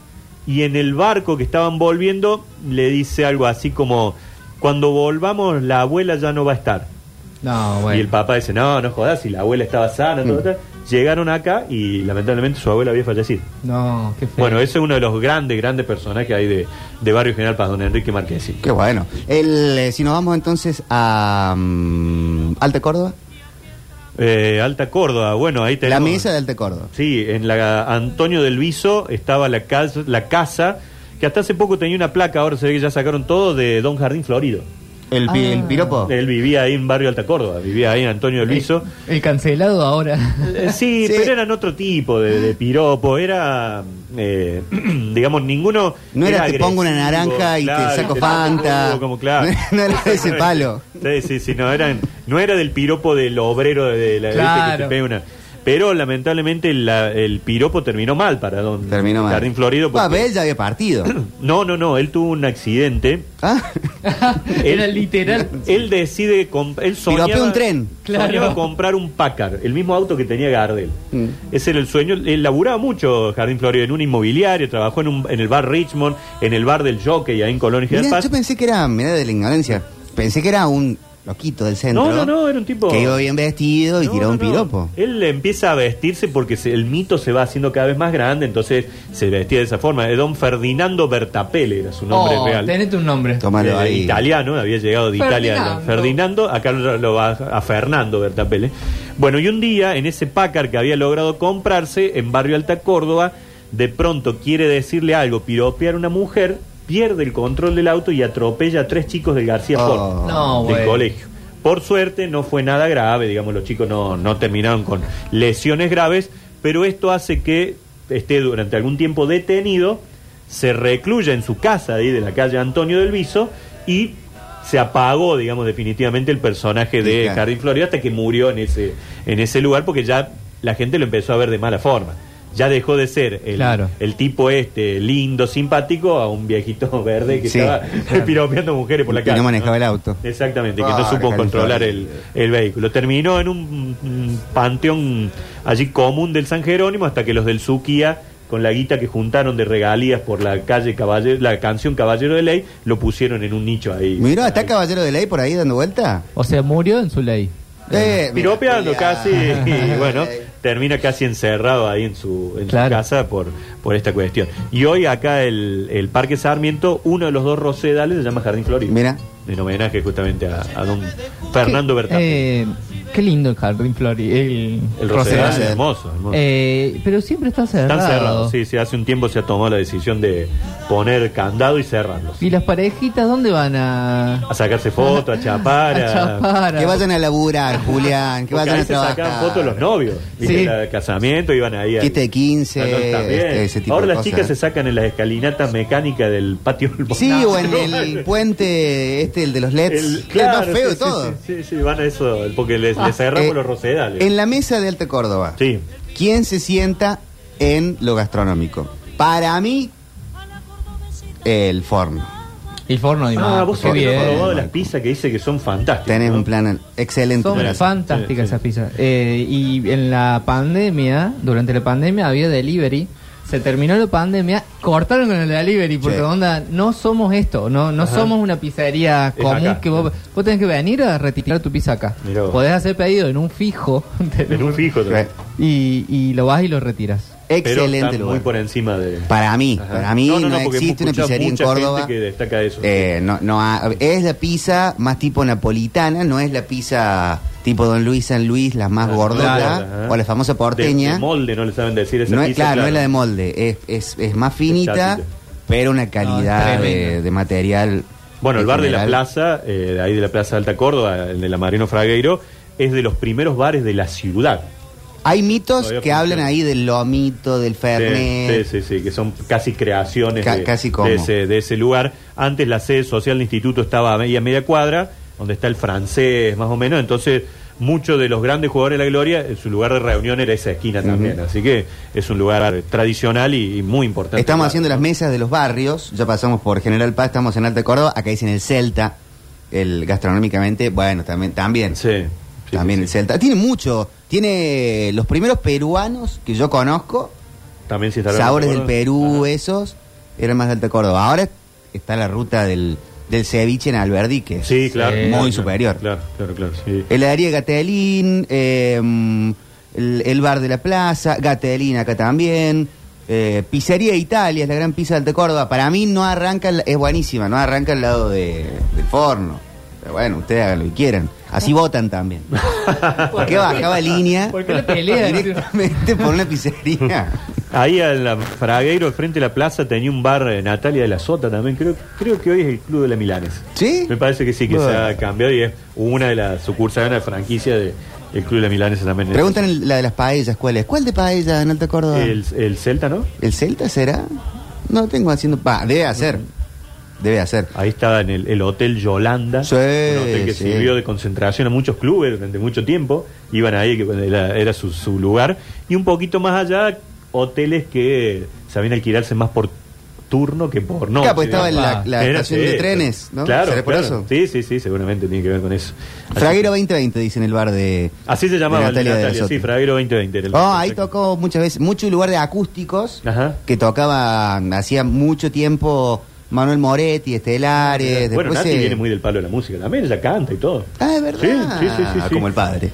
Speaker 3: y en el barco que estaban volviendo le dice algo así como, cuando volvamos la abuela ya no va a estar.
Speaker 4: No, bueno. Mm.
Speaker 3: Y el papá dice, no, no jodas, si la abuela estaba sana, todo, todo". llegaron acá y lamentablemente su abuela había fallecido.
Speaker 4: No, qué feo.
Speaker 3: Bueno, ese es uno de los grandes, grandes personajes ahí de, de Barrio General Paz, don Enrique Marquesi.
Speaker 2: Qué bueno. El, eh, si nos vamos entonces a mm, Alta Córdoba,
Speaker 3: Eh, Alta Córdoba, bueno, ahí
Speaker 2: la
Speaker 3: tenemos...
Speaker 2: mesa de Alta Córdoba.
Speaker 3: Sí, en la Antonio del Viso estaba la casa, la casa, que hasta hace poco tenía una placa, ahora se ve que ya sacaron todo, de Don Jardín Florido.
Speaker 2: El, pi- el piropo.
Speaker 3: Él vivía ahí en Barrio Alta Córdoba, vivía ahí en Antonio del Viso.
Speaker 4: El cancelado ahora.
Speaker 3: Eh, Sí,
Speaker 2: Sí.
Speaker 3: pero eran otro tipo de, de piropo, era, eh, digamos, ninguno...
Speaker 2: No era, te pongo una
Speaker 3: agresivo,
Speaker 2: naranja y
Speaker 3: claro,
Speaker 2: te saco
Speaker 3: y
Speaker 2: Fanta.
Speaker 3: pongo Como, claro.
Speaker 2: No era ese palo.
Speaker 3: Sí, sí, sí, no, eran, no era del piropo del obrero de la viste, que
Speaker 4: Claro.
Speaker 3: te pega una. Pero lamentablemente la- el piropo terminó mal para don
Speaker 2: Terminó mal.
Speaker 3: Jardín Florido.
Speaker 2: Ah, pero
Speaker 3: porque-
Speaker 2: él ya había partido.
Speaker 3: No, no, no, él tuvo un accidente.
Speaker 2: Ah,
Speaker 4: Era literal.
Speaker 3: Él decide, comp- él
Speaker 2: Piropeó
Speaker 3: soñaba,
Speaker 2: un tren.
Speaker 3: soñaba
Speaker 4: Claro.
Speaker 3: comprar un Packard, el mismo auto que tenía Gardel.
Speaker 2: Mm.
Speaker 3: Ese era el sueño. Él laburaba mucho, Jardín Florido, en un inmobiliario, trabajó en, un- en el bar Richmond, en el bar del Jockey, ahí en Colón y General
Speaker 2: mirá,
Speaker 3: Paz.
Speaker 2: yo pensé que era, mirá de la ignorancia, pensé que era un loquito del centro.
Speaker 3: No, no, no, era un tipo...
Speaker 2: Que iba bien vestido y
Speaker 3: No,
Speaker 2: tiró un
Speaker 3: no, no.
Speaker 2: piropo.
Speaker 3: Él empieza a vestirse porque se- el mito se va haciendo cada vez más grande, entonces se vestía de esa forma. Eh, Don Ferdinando Bertapele era su nombre
Speaker 4: Oh,
Speaker 3: real.
Speaker 4: tenete un nombre.
Speaker 2: Tómalo
Speaker 3: Eh,
Speaker 2: ahí.
Speaker 3: Italiano, había llegado de Italia.
Speaker 4: Ferdinando.
Speaker 3: Ferdinando, acá lo lo va a Fernando Bertapele. Bueno, y un día en ese Packard que había logrado comprarse en Barrio Alta Córdoba, de pronto quiere decirle algo, piropear a una mujer, pierde el control del auto y atropella a tres chicos del García
Speaker 2: Oh.
Speaker 3: Ford
Speaker 4: No,
Speaker 3: del
Speaker 4: bueno.
Speaker 3: colegio. Por suerte no fue nada grave, digamos, los chicos no, no terminaron con lesiones graves, pero esto hace que esté durante algún tiempo detenido, se recluya en su casa de ahí de la calle Antonio del Viso y se apagó, digamos, definitivamente el personaje
Speaker 2: Sí,
Speaker 3: de
Speaker 2: claro.
Speaker 3: Jardín Florido hasta que murió en ese, en ese lugar porque ya la gente lo empezó a ver de mala forma. Ya dejó de ser el,
Speaker 4: Claro.
Speaker 3: el tipo este lindo, simpático, a un viejito verde que
Speaker 2: Sí.
Speaker 3: estaba piropeando mujeres por la
Speaker 2: Y
Speaker 3: calle.
Speaker 2: no manejaba el auto.
Speaker 3: Exactamente, que
Speaker 2: Ah,
Speaker 3: no supo
Speaker 2: Jardín
Speaker 3: controlar el,
Speaker 2: Florido.
Speaker 3: el vehículo. Terminó en un, un panteón allí común del San Jerónimo hasta que los del Suquía, con la guita que juntaron de regalías por la calle Caballero, la canción Caballero de Ley, lo pusieron en un nicho ahí.
Speaker 2: Mirá, ¿está
Speaker 3: Ahí.
Speaker 2: Caballero de Ley por ahí dando vuelta?
Speaker 4: O sea, murió en su ley.
Speaker 2: Eh, mira,
Speaker 3: Piropeando
Speaker 2: Julián.
Speaker 3: casi, y bueno,
Speaker 2: Eh,
Speaker 3: termina casi encerrado ahí en su, en su
Speaker 4: Claro.
Speaker 3: casa por, por esta cuestión. Y hoy acá el, el Parque Sarmiento, uno de los dos rosedales se llama Jardín Florido.
Speaker 2: Mira.
Speaker 3: En homenaje justamente a, a don Fernando
Speaker 4: Qué-
Speaker 3: Bertapé.
Speaker 4: eh, qué lindo el Jardín Flori. El,
Speaker 3: El
Speaker 2: Rosedal.
Speaker 3: Rosedal,
Speaker 4: Rosedal.
Speaker 3: hermoso, hermoso.
Speaker 4: Eh, pero siempre está cerrado.
Speaker 3: Están cerrados, sí, sí, hace un tiempo se ha tomado la decisión de poner candado y cerrarlos.
Speaker 4: ¿Y las parejitas dónde van a...?
Speaker 3: A sacarse fotos, a chapar,
Speaker 4: a chapar, a-
Speaker 2: Que vayan a laburar, Julián, que
Speaker 3: Porque a
Speaker 2: vayan a
Speaker 3: veces
Speaker 2: trabajar.
Speaker 3: sacaban fotos los novios. ¿viste?
Speaker 4: Sí.
Speaker 3: Era de casamiento, iban ahí. al-
Speaker 2: Fiesta de 15,
Speaker 3: al- también.
Speaker 2: este, ese tipo
Speaker 3: Ahora
Speaker 2: de
Speaker 3: las
Speaker 2: cosas.
Speaker 3: chicas se sacan en las escalinatas mecánicas del patio del
Speaker 2: Sí,
Speaker 3: Bonazo.
Speaker 2: o en el puente este, el de los LEDs.
Speaker 3: El-
Speaker 2: El,
Speaker 3: claro,
Speaker 2: más feo
Speaker 3: sí,
Speaker 2: de todo.
Speaker 3: Sí, sí, sí, van a eso, porque les, les cerramos
Speaker 2: Eh,
Speaker 3: los rosedales.
Speaker 2: En la mesa de Alta Córdoba,
Speaker 3: Sí.
Speaker 2: ¿quién se sienta en lo gastronómico? Para mí, el forno.
Speaker 4: El forno de
Speaker 3: Ah,
Speaker 4: Marco,
Speaker 3: vos
Speaker 4: qué
Speaker 3: sabés que no
Speaker 4: bien.
Speaker 3: has probado las pizzas que dice que son fantásticas.
Speaker 2: Tenés
Speaker 3: ¿no?
Speaker 2: un plan excelente.
Speaker 4: Son
Speaker 2: para eso.
Speaker 4: fantásticas
Speaker 3: Sí, sí.
Speaker 4: esas pizzas. Eh, y en la pandemia, durante la pandemia había delivery. Se terminó la pandemia, cortaron con el delivery porque
Speaker 2: Sí.
Speaker 4: onda, no somos esto, no no
Speaker 3: Ajá.
Speaker 4: somos una pizzería
Speaker 3: Es
Speaker 4: común
Speaker 3: acá.
Speaker 4: que vos, vos tenés que venir a retirar tu pizza acá.
Speaker 3: Mirá vos.
Speaker 4: Podés hacer pedido en un fijo
Speaker 3: En un fijo también.
Speaker 4: y, y lo vas y lo retiras.
Speaker 3: Pero
Speaker 2: Excelente
Speaker 3: están muy
Speaker 2: lugar.
Speaker 3: por encima de...
Speaker 2: Para mí,
Speaker 3: Ajá.
Speaker 2: para mí no,
Speaker 3: porque
Speaker 2: existe una
Speaker 3: escuchás
Speaker 2: pizzería en
Speaker 3: mucha
Speaker 2: Córdoba.
Speaker 3: gente que destaca eso.
Speaker 2: Eh, no, no ha- es la pizza más tipo napolitana, no es la pizza tipo Don Luis San Luis, las más
Speaker 3: Ah,
Speaker 2: gordas
Speaker 3: claro, ajá.
Speaker 2: o la famosa
Speaker 3: De,
Speaker 2: porteña.
Speaker 3: de molde, no le saben decir esa
Speaker 2: no es,
Speaker 3: pizza,
Speaker 2: claro, no es la de molde, es, es, es más finita,
Speaker 3: chatita.
Speaker 2: pero una calidad de,
Speaker 4: tremendo.
Speaker 2: de material.
Speaker 3: Bueno, el
Speaker 2: en
Speaker 3: bar de la
Speaker 2: general.
Speaker 3: plaza, eh, ahí de la plaza Alta Córdoba, el de la Mariano Fragueiro, es de los primeros bares de la ciudad.
Speaker 2: Hay mitos
Speaker 3: Todavía
Speaker 2: que
Speaker 3: funciona.
Speaker 2: hablan ahí del lomito, del
Speaker 3: Sí,
Speaker 2: fernet.
Speaker 3: sí, sí, que son casi creaciones
Speaker 2: Ca-
Speaker 3: de,
Speaker 2: casi como.
Speaker 3: de ese, de ese lugar. Antes la sede social del instituto estaba a media, media cuadra, donde está el francés, más o menos. Entonces, muchos de los grandes jugadores de la gloria, eh, su lugar de reunión era esa esquina también. Así que es un lugar eh, tradicional y, y muy importante.
Speaker 2: Estamos
Speaker 3: Bar.
Speaker 2: haciendo las mesas de los barrios, ya pasamos por General Paz, estamos en Alta Córdoba, acá dicen el Celta, el gastronómicamente, bueno, también, también.
Speaker 3: Sí, sí, sí,
Speaker 2: también
Speaker 3: sí.
Speaker 2: el Celta. Tiene mucho, tiene los primeros peruanos que yo conozco,
Speaker 3: También se instalaron, Ah.
Speaker 2: sabores
Speaker 3: ¿te
Speaker 2: del
Speaker 3: acuerdas?
Speaker 2: Perú,
Speaker 3: Ajá.
Speaker 2: esos, eran más de Alta Córdoba. Ahora está la ruta del, del ceviche en Alberdi, que es
Speaker 3: Sí, claro.
Speaker 2: eh, muy
Speaker 3: claro,
Speaker 2: superior.
Speaker 3: Claro, claro, claro. sí.
Speaker 2: Heladería Gatelín, eh, el, el bar de la plaza, Gatelín acá también. eh, pizzería Italia es la gran pizza de Alta Córdoba. Para mí no arranca, al- es buenísima, no arranca al lado de, del forno. Pero bueno, ustedes hagan lo que quieran. Así votan también. Porque bajaba línea
Speaker 4: ¿Por qué la pelea?
Speaker 2: directamente por una pizzería.
Speaker 3: Ahí al Fragueiro, frente a la plaza, tenía un bar eh, Natalia de la Sota también. Creo, creo que hoy es el Club de la Milanes.
Speaker 2: ¿Sí?
Speaker 3: Me parece que sí, que se
Speaker 2: Bueno.
Speaker 3: ha cambiado y es una de las sucursales de la franquicia del Club de la Milanesa también.
Speaker 2: Preguntan el- la de las paellas, ¿cuál es? ¿Cuál de paellas en Alta Córdoba?
Speaker 3: el, el Celta, ¿no?
Speaker 2: ¿El Celta será? No tengo haciendo. Va, debe hacer. Debe hacer.
Speaker 3: Ahí estaba en el, el Hotel Yolanda,
Speaker 2: Sí,
Speaker 3: un hotel que
Speaker 2: sí.
Speaker 3: sirvió de concentración a muchos clubes durante mucho tiempo. Iban ahí, que era, era su, su lugar. Y un poquito más allá, hoteles que sabían alquilarse más por turno que por noche.
Speaker 2: Claro, porque estaba en la- la estación de
Speaker 3: sí,
Speaker 2: trenes, ¿no?
Speaker 3: Claro,
Speaker 2: ¿Será por
Speaker 3: claro.
Speaker 2: eso?
Speaker 3: Sí, sí, sí, seguramente tiene que ver con eso. Así
Speaker 2: Fraguero 2020, dice en el bar de.
Speaker 3: Así se
Speaker 2: de
Speaker 3: llamaba el de
Speaker 2: Natalia de
Speaker 3: Natalia,
Speaker 2: Soto.
Speaker 3: sí, Fraguero 2020. era el-
Speaker 2: Oh, ahí tocó muchas veces, mucho lugar de acústicos
Speaker 3: Ajá.
Speaker 2: que tocaban, hacía mucho tiempo Manuel Moretti, Estelares,
Speaker 3: Bueno,
Speaker 2: Eh, después
Speaker 3: Nati
Speaker 2: se-
Speaker 3: viene muy del palo de la música también, ella canta y todo.
Speaker 2: Ah, es verdad.
Speaker 3: Sí, sí, sí, sí, sí.
Speaker 2: Como el padre.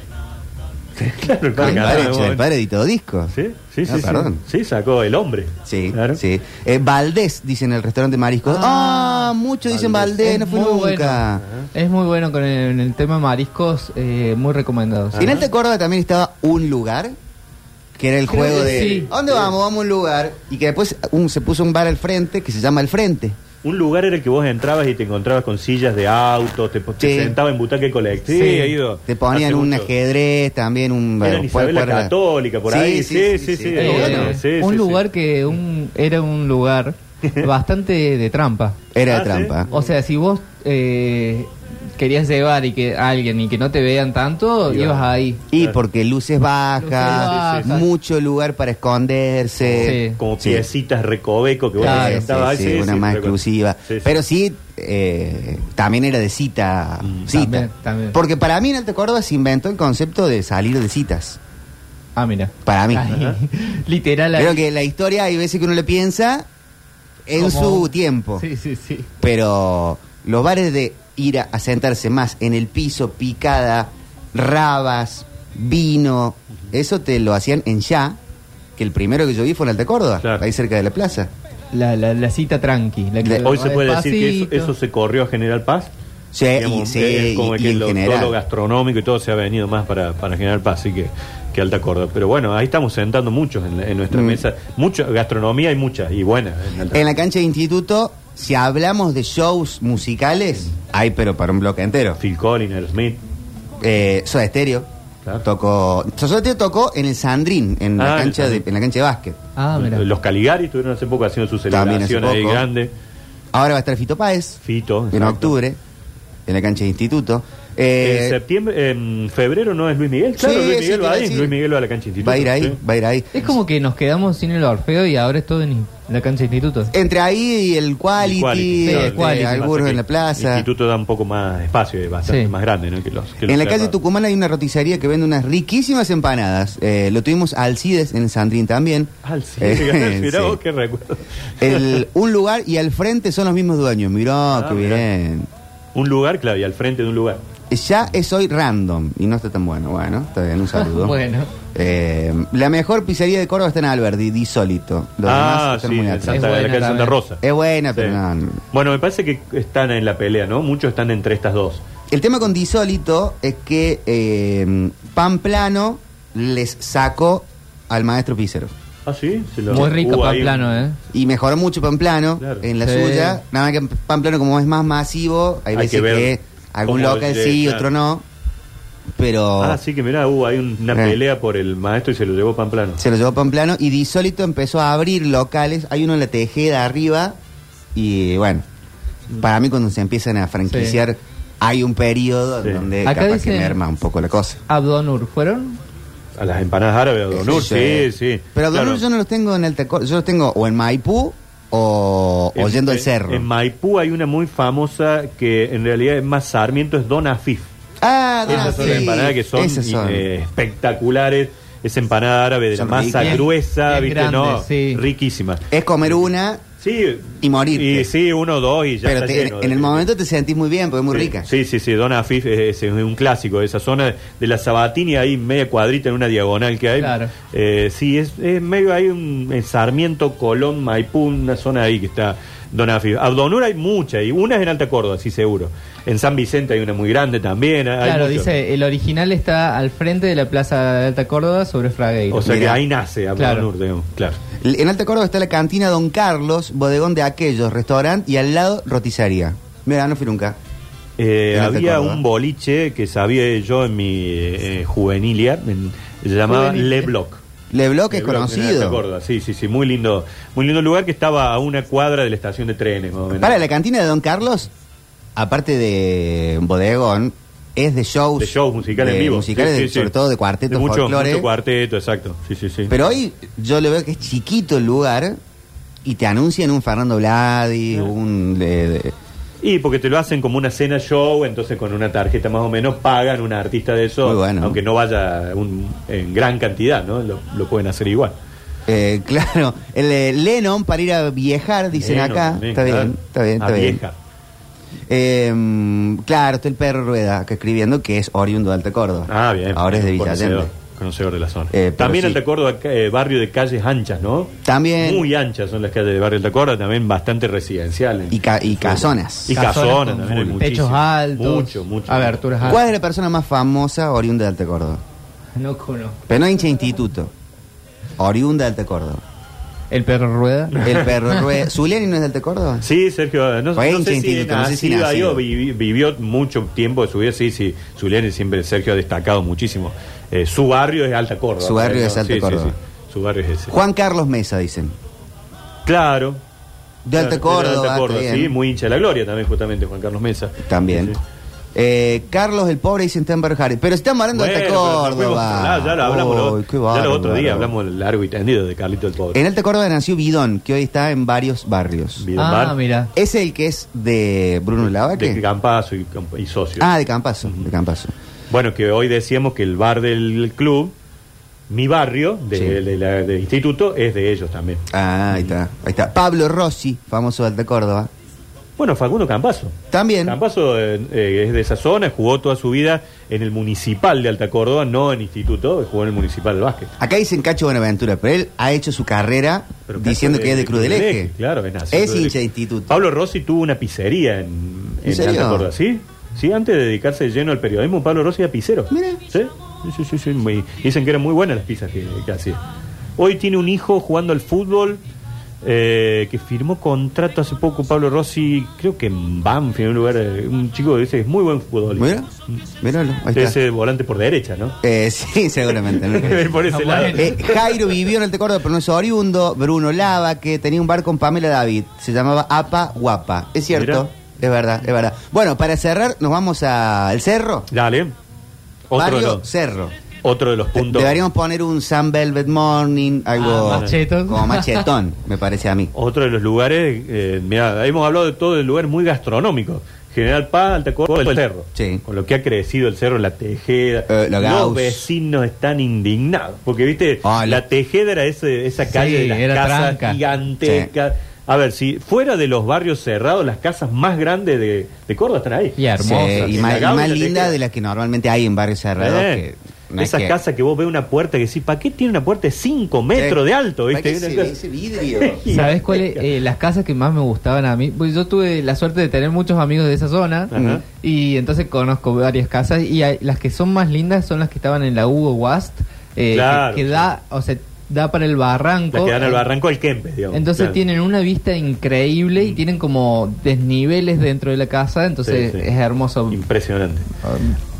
Speaker 3: Claro, el padre
Speaker 2: el,
Speaker 3: cantaba,
Speaker 2: padre hecho-
Speaker 3: bueno.
Speaker 2: el padre editó discos.
Speaker 3: Sí, sí,
Speaker 2: Ah,
Speaker 3: sí, sí.
Speaker 2: Perdón.
Speaker 3: Sí, sacó el hombre.
Speaker 2: Sí,
Speaker 3: Claro.
Speaker 2: sí. Eh, Valdés, dicen en el restaurante Mariscos. Ah,
Speaker 4: Ah,
Speaker 2: muchos dicen
Speaker 3: Valdés.
Speaker 2: Valdés,
Speaker 4: Es
Speaker 2: no fui
Speaker 4: muy
Speaker 2: nunca.
Speaker 4: bueno. Es muy bueno con el, en el tema de mariscos, eh, muy recomendado.
Speaker 2: En Alta Córdoba también estaba un lugar, que era el
Speaker 4: Creo
Speaker 2: juego
Speaker 4: que
Speaker 2: de...
Speaker 4: sí.
Speaker 2: ¿Dónde vamos? Vamos a un lugar. Y que después un- se puso un bar al frente que se llama El Frente.
Speaker 3: Un lugar era el que vos entrabas y te encontrabas con sillas de auto, te, te
Speaker 2: Sí.
Speaker 3: sentabas en butaca de colectivo.
Speaker 4: Sí,
Speaker 3: he ido
Speaker 2: Te ponían
Speaker 3: hace
Speaker 2: un
Speaker 3: mucho.
Speaker 2: ajedrez, también un...
Speaker 3: Eran Isabel la Católica, por ahí. Sí, sí, sí.
Speaker 4: Eh,
Speaker 2: Era bueno.
Speaker 3: Sí, sí,
Speaker 4: un
Speaker 3: sí.
Speaker 4: lugar que un, era un lugar bastante de trampa.
Speaker 2: Era
Speaker 3: Ah,
Speaker 2: de
Speaker 3: sí.
Speaker 2: trampa.
Speaker 4: O sea, si vos eh, querías llevar y que a alguien y que no te vean tanto,
Speaker 3: Iba.
Speaker 4: ibas ahí.
Speaker 2: Y
Speaker 3: Claro.
Speaker 2: porque luces bajas,
Speaker 4: Luces bajas.
Speaker 2: mucho lugar para esconderse.
Speaker 4: Sí.
Speaker 3: Como
Speaker 2: Sí.
Speaker 3: piecitas recoveco que vos
Speaker 4: Claro,
Speaker 3: te
Speaker 2: Sí,
Speaker 3: sentabas.
Speaker 2: sí,
Speaker 3: ahí, sí,
Speaker 2: una
Speaker 3: sí,
Speaker 2: más
Speaker 3: recuerdo.
Speaker 2: exclusiva.
Speaker 3: Sí, sí.
Speaker 2: Pero sí, eh, también era de cita.
Speaker 3: Mm.
Speaker 2: cita.
Speaker 4: también, también.
Speaker 2: Porque para mí en Alto Córdoba se inventó el concepto de salir de citas.
Speaker 4: Ah, mira.
Speaker 2: Para mí.
Speaker 4: Ahí, Literal. ahí.
Speaker 2: Creo que la historia hay veces que uno le piensa en
Speaker 4: Como-
Speaker 2: su tiempo.
Speaker 4: Sí, sí, sí.
Speaker 2: Pero los bares de ir a, a sentarse más en el piso, picada, rabas, vino, eso te lo hacían en ya, que el primero que yo vi fue en Alta Córdoba,
Speaker 3: Claro.
Speaker 2: ahí cerca de la plaza.
Speaker 4: La, la, la cita tranqui. la que
Speaker 2: Le-
Speaker 4: va
Speaker 3: Hoy se puede decir que eso,
Speaker 4: despacito.
Speaker 3: eso se corrió a General Paz.
Speaker 2: Sí,
Speaker 3: Digamos,
Speaker 2: y, sí,
Speaker 3: es como
Speaker 2: y-
Speaker 3: que
Speaker 2: y en
Speaker 3: lo,
Speaker 2: general.
Speaker 3: todo lo gastronómico y todo se ha venido más para, para General Paz, así que, que Alta Córdoba. Pero bueno, ahí estamos sentando muchos en, la- en nuestra
Speaker 2: Mm.
Speaker 3: mesa. Mucha gastronomía hay mucha y buena. ¿eh? en Alta
Speaker 2: En la cancha de instituto, si hablamos de shows musicales, hay pero para un bloque entero.
Speaker 3: Phil Collins, Aerosmith.
Speaker 2: Eh, Soda Stereo
Speaker 3: Claro.
Speaker 2: tocó, Soda Stereo tocó en el Sandrín, en la
Speaker 3: Ah, en el
Speaker 2: cancha de,
Speaker 3: Sandrín.
Speaker 2: en la cancha de básquet.
Speaker 4: Ah, mira.
Speaker 3: Los Caligari estuvieron hace poco haciendo su
Speaker 2: También hace
Speaker 3: celebración ahí
Speaker 2: poco.
Speaker 3: grande.
Speaker 2: Ahora va a estar Fito Páez.
Speaker 3: Fito.
Speaker 2: en
Speaker 3: exacto.
Speaker 2: octubre, en la cancha de instituto. Eh,
Speaker 3: En septiembre, en febrero no es Luis Miguel, claro,
Speaker 2: Sí,
Speaker 3: Luis
Speaker 2: eso
Speaker 3: Miguel
Speaker 2: te iba
Speaker 3: va
Speaker 2: a
Speaker 3: ahí,
Speaker 2: decir.
Speaker 3: Luis Miguel va a la cancha de instituto.
Speaker 2: va a ir ahí,
Speaker 3: sí.
Speaker 2: va a ir ahí.
Speaker 4: Es como que nos quedamos sin el Orfeo y ahora es todo en la cancha de instituto.
Speaker 3: Eh,
Speaker 2: Entre ahí y el quality,
Speaker 3: Y Quality,
Speaker 2: este,
Speaker 3: claro.
Speaker 4: el Quality.
Speaker 2: algunos en la plaza.
Speaker 3: El instituto da un poco más espacio, es bastante
Speaker 4: Sí.
Speaker 3: más grande, ¿no? Que los, que los
Speaker 2: En la calle
Speaker 3: cerrados.
Speaker 2: Tucumán hay una roticería que vende unas riquísimas empanadas. Eh, lo tuvimos a Alcides en el Sandrín también.
Speaker 3: Al Ah, sí,
Speaker 2: Eh,
Speaker 3: mirá
Speaker 2: sí.
Speaker 3: vos qué recuerdo.
Speaker 2: El- un lugar y al frente son los mismos dueños. Mirá,
Speaker 3: Ah,
Speaker 2: qué
Speaker 3: mirá.
Speaker 2: bien.
Speaker 3: Un lugar, claro, y al frente de un lugar.
Speaker 2: Ya es hoy random y no está tan bueno. Bueno, está bien, un saludo.
Speaker 4: Bueno.
Speaker 2: Eh, la mejor pizzería de Córdoba está en Alberdi, disólito. Los demás
Speaker 3: ah,
Speaker 2: están
Speaker 3: sí,
Speaker 2: muy
Speaker 3: en
Speaker 2: atrás.
Speaker 3: Santa,
Speaker 4: Es
Speaker 3: la
Speaker 4: buena
Speaker 3: calle Santa
Speaker 4: también.
Speaker 3: Rosa.
Speaker 2: Es buena,
Speaker 3: Sí.
Speaker 2: pero no, no.
Speaker 3: Bueno, me parece que están en la pelea, ¿no? Muchos están entre estas dos.
Speaker 2: El tema con Disólito es que eh, Pamplano les sacó al maestro Pizarro.
Speaker 3: Ah, sí, se lo-
Speaker 4: Muy rica
Speaker 3: hubo ahí
Speaker 4: Pamplano,
Speaker 3: un-
Speaker 4: ¿eh?
Speaker 2: Y mejoró mucho Pamplano
Speaker 3: Claro.
Speaker 2: en la
Speaker 4: Sí.
Speaker 2: suya. Nada más que Pamplano, como es más masivo, hay,
Speaker 3: Hay
Speaker 2: veces
Speaker 3: que ver
Speaker 2: que algún
Speaker 3: cómo
Speaker 2: local
Speaker 3: llega,
Speaker 2: sí,
Speaker 3: claro.
Speaker 2: otro no. Pero
Speaker 3: Ah, sí, que mirá, hubo ahí un- una
Speaker 2: Oh. Eh.
Speaker 3: pelea por el maestro y se lo llevó Pamplano.
Speaker 2: se lo llevó Pamplano. Y Disólito empezó a abrir locales. Hay uno en la Tejeda arriba. Y bueno, para mí, cuando se empiezan a franquiciar, hay un periodo
Speaker 3: Sí.
Speaker 2: donde
Speaker 4: Acá
Speaker 2: capaz que
Speaker 4: dicen-
Speaker 2: merma un poco la cosa.
Speaker 4: Abdonur, ¿fueron?
Speaker 3: A las empanadas árabes, a Donur, sí, sí.
Speaker 2: eh. Pero Donur
Speaker 3: Claro.
Speaker 2: yo no los tengo en Alta Córdoba, yo los tengo o en Maipú o, o
Speaker 3: En-
Speaker 2: yendo al
Speaker 3: en-
Speaker 2: cerro.
Speaker 3: En Maipú hay una muy famosa que en realidad es más Sarmiento, es Don Afif.
Speaker 2: ah,
Speaker 3: Esas
Speaker 2: ah,
Speaker 3: son
Speaker 2: sí,
Speaker 3: las empanadas que son,
Speaker 2: esas son.
Speaker 3: eh, espectaculares. Esa empanada árabe de
Speaker 2: Son
Speaker 3: la masa
Speaker 2: ricas.
Speaker 3: gruesa,
Speaker 4: Bien
Speaker 3: ¿viste?
Speaker 4: grande,
Speaker 3: no,
Speaker 4: sí.
Speaker 3: riquísima.
Speaker 2: es
Speaker 3: eh,
Speaker 2: comer una,
Speaker 3: Sí.
Speaker 2: Y morirte.
Speaker 3: Y sí, uno o dos y ya
Speaker 2: pero
Speaker 3: está
Speaker 2: te- en-
Speaker 3: lleno
Speaker 2: en,
Speaker 3: de-
Speaker 2: el momento te sentís muy bien porque es muy
Speaker 3: Sí,
Speaker 2: rica.
Speaker 3: Sí, sí, sí, Don Afif es, es un clásico de esa zona de la Sabatini, ahí media cuadrita en una diagonal que hay.
Speaker 4: Claro.
Speaker 3: Eh, sí, es, es medio hay un en Sarmiento, Colón, Maipú, una zona ahí que está Don Afif. Abdonur hay mucha, y una es en Alta Córdoba, sí, seguro. En San Vicente hay una muy grande también. hay
Speaker 4: Claro,
Speaker 3: mucho.
Speaker 4: dice, el original está al frente de la Plaza de Alta Córdoba sobre Fragueiro.
Speaker 3: O sea
Speaker 2: Mirá.
Speaker 3: que ahí nace Abdonur, digamos, claro.
Speaker 2: En Alta Córdoba está la cantina Don Carlos, bodegón de aquellos, restaurante y al lado roticería. Mira, no fui nunca.
Speaker 3: Eh,
Speaker 2: En Alta
Speaker 3: había
Speaker 2: Córdoba.
Speaker 3: un boliche que sabía yo en mi eh, juvenilia, en- se llamaba
Speaker 4: Juvenilia.
Speaker 3: Le Bloc.
Speaker 2: Leblanc es
Speaker 3: De Blanc, en Alta
Speaker 2: conocido.
Speaker 3: Córdoba. Sí, sí, sí, muy lindo, muy lindo lugar que estaba a una cuadra de la estación de trenes, más o menos.
Speaker 2: Para la cantina de Don Carlos, aparte de bodegón, es de shows.
Speaker 3: de shows musicales
Speaker 2: de
Speaker 3: en vivo.
Speaker 2: Musicales,
Speaker 3: Sí,
Speaker 2: de-
Speaker 3: sí,
Speaker 2: sobre
Speaker 3: sí.
Speaker 2: todo de cuartetos,
Speaker 3: mucho,
Speaker 2: folclore.
Speaker 3: mucho cuarteto, exacto. Sí, sí, sí.
Speaker 2: Pero hoy yo le veo que es chiquito el lugar y te anuncian un Fernando Bladi,
Speaker 3: Ah.
Speaker 2: un... de- de-
Speaker 3: Y porque te lo hacen como una cena show, entonces con una tarjeta más o menos pagan un artista de eso,
Speaker 2: Muy bueno.
Speaker 3: aunque no vaya un- en gran cantidad, ¿no? Lo, lo pueden hacer igual.
Speaker 2: eh, claro, el eh, Lennon para ir a viajar, dicen
Speaker 3: Bueno,
Speaker 2: acá.
Speaker 3: también,
Speaker 2: está,
Speaker 3: claro.
Speaker 2: bien, está bien,
Speaker 3: A
Speaker 2: está bien,
Speaker 3: vieja.
Speaker 2: Eh, claro, está el perro Rueda acá escribiendo que es oriundo de Alta Córdoba.
Speaker 3: Ah, bien.
Speaker 2: Ahora es de Villa
Speaker 3: Conocedor,
Speaker 2: Allende.
Speaker 3: Conocedor de la zona.
Speaker 2: Eh, pero
Speaker 3: también
Speaker 2: sí.
Speaker 3: Alta Córdoba, ca- eh, barrio de calles anchas, ¿no?
Speaker 2: También.
Speaker 3: Muy anchas son las calles de barrio Alta Córdoba, también bastante residenciales.
Speaker 2: Y, ca- y casonas.
Speaker 3: Y
Speaker 4: Casonas
Speaker 3: casonas
Speaker 4: con
Speaker 3: también. hay
Speaker 4: full.
Speaker 3: muchísimo.
Speaker 4: Techos altos.
Speaker 3: Mucho, mucho.
Speaker 4: Aberturas altas.
Speaker 2: ¿Cuál es la persona más famosa oriunda de Alta Córdoba?
Speaker 4: No conozco.
Speaker 2: Pero no hincha de instituto. Oriunda de Alta Córdoba.
Speaker 4: El perro rueda.
Speaker 2: El perro Rueda. ¿Zuliani no es de Alta Córdoba?
Speaker 3: Sí, Sergio, eh, no,
Speaker 2: Fue
Speaker 3: no
Speaker 2: hincha
Speaker 3: sé si
Speaker 2: instituto, no sé si
Speaker 3: nacido ahí
Speaker 2: nacido.
Speaker 3: o vivi- vivió mucho tiempo de su vida, sí, sí, Zuliani siempre, Sergio ha destacado muchísimo. Eh, su barrio es Alta Córdoba.
Speaker 2: Su barrio
Speaker 3: ¿no?
Speaker 2: es Alta
Speaker 3: Sí, sí,
Speaker 2: Córdoba.
Speaker 3: sí, Su barrio es ese.
Speaker 2: Juan Carlos Mesa, dicen.
Speaker 3: Claro.
Speaker 2: De Alta
Speaker 3: Claro,
Speaker 2: Córdoba.
Speaker 3: de Alta
Speaker 2: está
Speaker 3: Córdoba,
Speaker 2: bien.
Speaker 3: sí, muy hincha de la gloria también, justamente, Juan Carlos Mesa.
Speaker 2: También.
Speaker 3: Sí, sí.
Speaker 2: Eh, Carlos el pobre dicen Temper Harris. Pero están hablando de Alta
Speaker 3: Bueno, pero no fuimos
Speaker 2: Córdoba.
Speaker 3: a hablar, ya lo hablamos lo-
Speaker 2: Uy, qué
Speaker 3: ya
Speaker 2: bárbaro.
Speaker 3: lo otro día, hablamos largo y tendido de Carlito el Pobre.
Speaker 2: En Alta Córdoba nació Bidón, que hoy está en varios barrios.
Speaker 3: Vidal
Speaker 4: ah,
Speaker 3: Bar,
Speaker 4: mira.
Speaker 2: ¿Es el que es de Bruno Lavaque?
Speaker 3: de Campazo y, Camp- y Socio.
Speaker 2: Ah, de Campazo, de Campazo.
Speaker 3: Bueno, que hoy decíamos que el bar del club, mi barrio, de-
Speaker 2: Sí.
Speaker 3: de la- del instituto, es de ellos también.
Speaker 2: Ah, ahí está, ahí está. Pablo Rossi, famoso de Alta Córdoba.
Speaker 3: Bueno, Facundo Campazo.
Speaker 2: También.
Speaker 3: Campazo eh, eh, es de esa zona, jugó toda su vida en el municipal de Alta Córdoba, no en instituto, jugó en el municipal de básquet.
Speaker 2: Acá dicen Cacho Buenaventura, pero él ha hecho su carrera
Speaker 3: Pero
Speaker 2: diciendo
Speaker 3: Campazo
Speaker 2: que es de Cruz del Eje.
Speaker 3: Claro, es nacido
Speaker 2: Es
Speaker 3: del
Speaker 2: hincha
Speaker 3: Eje.
Speaker 2: de instituto.
Speaker 3: Pablo Rossi tuvo una pizzería en, en
Speaker 2: serio?
Speaker 3: Alta Córdoba, ¿sí? Sí, antes de dedicarse de lleno al periodismo, Pablo Rossi era pizzero.
Speaker 2: Mira.
Speaker 3: ¿Sí? Sí, sí, sí, sí, muy- dicen que eran muy buenas las pizzas que, que hacía. Hoy tiene un hijo jugando al fútbol eh, que firmó contrato hace poco Pablo Rossi, creo que en Banfield, en un lugar, eh, un chico que dice es muy buen futbolista.
Speaker 2: Mira, míralo, ahí
Speaker 3: Ese
Speaker 2: está.
Speaker 3: volante por derecha, ¿no?
Speaker 2: Eh, sí, seguramente. ¿no?
Speaker 3: por ese
Speaker 4: Ah,
Speaker 3: lado.
Speaker 4: bueno.
Speaker 2: Eh, Jairo vivió en Alta Córdoba, pero no es oriundo. Bruno Lava, que tenía un bar con Pamela David. Se llamaba Apa Guapa. Es cierto,
Speaker 3: Mira.
Speaker 2: es verdad, es verdad. Bueno, para cerrar, nos vamos al cerro.
Speaker 3: Dale. Otro de,
Speaker 2: Barrio
Speaker 3: los,
Speaker 2: Cerro.
Speaker 3: otro de los puntos.
Speaker 2: Deberíamos poner un Sun Velvet Morning, algo
Speaker 4: Ah, machetón.
Speaker 2: como machetón, me parece a mí.
Speaker 3: Otro de los lugares, eh, mira, hemos hablado de todo de lugares muy gastronómicos. General Paz, Alta Córdoba, el cerro.
Speaker 2: Sí.
Speaker 3: Con lo que ha crecido el cerro, la tejeda.
Speaker 2: Eh, la Gauss.
Speaker 3: los vecinos están indignados. Porque, viste,
Speaker 2: Ah, la-
Speaker 3: la tejeda era ese- esa calle
Speaker 4: Sí,
Speaker 3: de las
Speaker 4: era
Speaker 3: casas
Speaker 4: tranca.
Speaker 3: gigantescas. A ver, si fuera de los barrios cerrados, las casas más grandes de, de Córdoba están ahí.
Speaker 4: Y hermosas.
Speaker 2: Sí, y
Speaker 3: La
Speaker 2: más, y
Speaker 3: Gauss,
Speaker 2: más
Speaker 3: la
Speaker 2: linda
Speaker 3: Tejeda.
Speaker 2: de las que normalmente hay en barrios cerrados.
Speaker 3: Eh,
Speaker 2: que no es
Speaker 3: Esas
Speaker 2: que-
Speaker 3: casas que vos ves una puerta que decís, ¿para qué tiene una puerta de 5 metros
Speaker 2: Sí.
Speaker 3: de alto?
Speaker 2: ¿Para
Speaker 3: ¿viste?
Speaker 2: qué
Speaker 3: Una
Speaker 2: se
Speaker 3: cosa-
Speaker 2: ve ese vidrio?
Speaker 4: ¿Sabes cuáles? eh, las casas que más me gustaban a mí. Pues yo tuve la suerte de tener muchos amigos de esa zona. Mm.
Speaker 3: Ajá.
Speaker 4: Y entonces conozco varias casas. Y hay- las que son más lindas son las que estaban en la Hugo Wast. eh,
Speaker 3: Claro.
Speaker 4: que, que da, o sea, da para el barranco.
Speaker 3: Las que dan al
Speaker 4: Eh,
Speaker 3: barranco del Kempes, digamos.
Speaker 4: Entonces
Speaker 3: Claro. Mm.
Speaker 4: tienen una vista increíble y tienen como desniveles dentro de la casa. Entonces
Speaker 3: Sí, sí.
Speaker 4: es hermoso. Ah,
Speaker 3: Impresionante.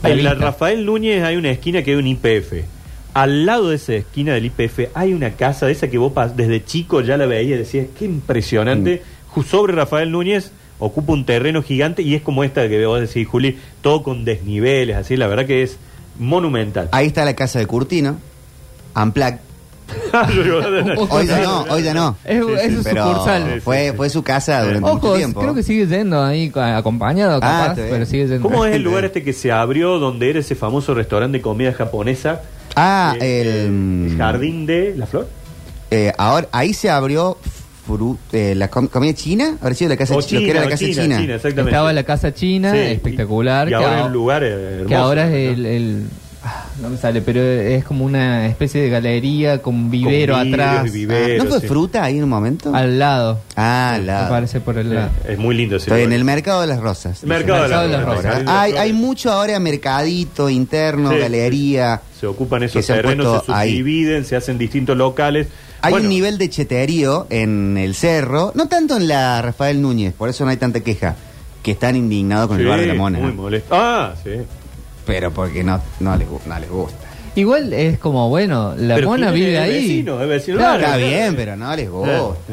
Speaker 4: La
Speaker 3: En la
Speaker 4: vista.
Speaker 3: Rafael Núñez hay una esquina que hay un IPF. Al lado de esa esquina del IPF hay una casa de esa que vos pas- desde chico ya la veías y decías, qué impresionante. Ju- Sobre Rafael Núñez ocupa un terreno gigante y es como esta que vos decís, Juli, todo con desniveles, así, la verdad que es monumental.
Speaker 2: Ahí está la casa de Curtino, Amplac.
Speaker 3: Yo digo,
Speaker 2: Hoy ya no, hoy ya no.
Speaker 4: Es,
Speaker 3: Sí,
Speaker 4: es
Speaker 3: sí,
Speaker 4: un
Speaker 2: Pero
Speaker 4: sucursal.
Speaker 2: fue, fue su casa durante mucho
Speaker 4: Ojos,
Speaker 2: tiempo. Ah,
Speaker 4: creo que sigue yendo ahí co- acompañado, capaz,
Speaker 2: está bien.
Speaker 4: pero sigue yendo.
Speaker 3: ¿Cómo es el lugar este que se abrió donde era ese famoso restaurante de comida japonesa?
Speaker 2: Ah,
Speaker 3: Eh,
Speaker 2: el,
Speaker 3: el jardín de la flor.
Speaker 2: eh, ahora, ahí se abrió fru- eh, la com- comida china, ahora sí, la casa
Speaker 3: O
Speaker 2: chi- lo que era la
Speaker 3: o
Speaker 2: casa china.
Speaker 3: exactamente.
Speaker 4: Estaba la casa china,
Speaker 3: Sí,
Speaker 4: espectacular.
Speaker 3: Y, y
Speaker 4: que
Speaker 3: ahora
Speaker 4: ahora-
Speaker 3: es un lugar hermoso.
Speaker 4: que ahora es
Speaker 3: ¿no?
Speaker 4: el, el- ah, no me sale, pero es como una especie de galería con vivero
Speaker 3: vidrios
Speaker 4: atrás,
Speaker 3: y vivero,
Speaker 2: Ah, ¿No fue
Speaker 3: sí.
Speaker 2: fruta ahí en un momento?
Speaker 4: al lado.
Speaker 2: ah, la.
Speaker 4: Me parece por el lado.
Speaker 3: Es muy lindo ese
Speaker 2: Estoy en
Speaker 3: lugar.
Speaker 2: el mercado de las rosas.
Speaker 3: El mercado de
Speaker 4: Mercado
Speaker 3: las
Speaker 4: de las
Speaker 3: Rosas.
Speaker 4: Rosas.
Speaker 3: El
Speaker 2: ¿verdad? Hay,
Speaker 3: mercado de
Speaker 2: hay
Speaker 3: las
Speaker 2: mucho ahora mercadito interno,
Speaker 3: Sí, sí.
Speaker 2: galería.
Speaker 3: Rosas. Se ocupan
Speaker 2: que
Speaker 3: esos
Speaker 2: se han
Speaker 3: terrenos, se
Speaker 2: puesto ahí.
Speaker 3: subdividen, se hacen distintos locales.
Speaker 2: Hay
Speaker 3: Bueno,
Speaker 2: un nivel de cheterío en el cerro, no tanto en la Rafael Núñez, por eso no hay tanta queja, que están indignados con el
Speaker 3: sí,
Speaker 2: bar de la Mona.
Speaker 3: Muy molesto. Ah, sí.
Speaker 2: Pero porque no, no, les, gu- no les gusta.
Speaker 4: Igual es como, bueno, la
Speaker 3: Pero
Speaker 4: mona
Speaker 3: ¿quién es
Speaker 4: vive
Speaker 3: el
Speaker 4: ahí.
Speaker 3: vecino? El vecino Eh,
Speaker 4: Claro,
Speaker 3: barrio.
Speaker 2: Está bien, pero no les
Speaker 3: Claro.
Speaker 2: gusta.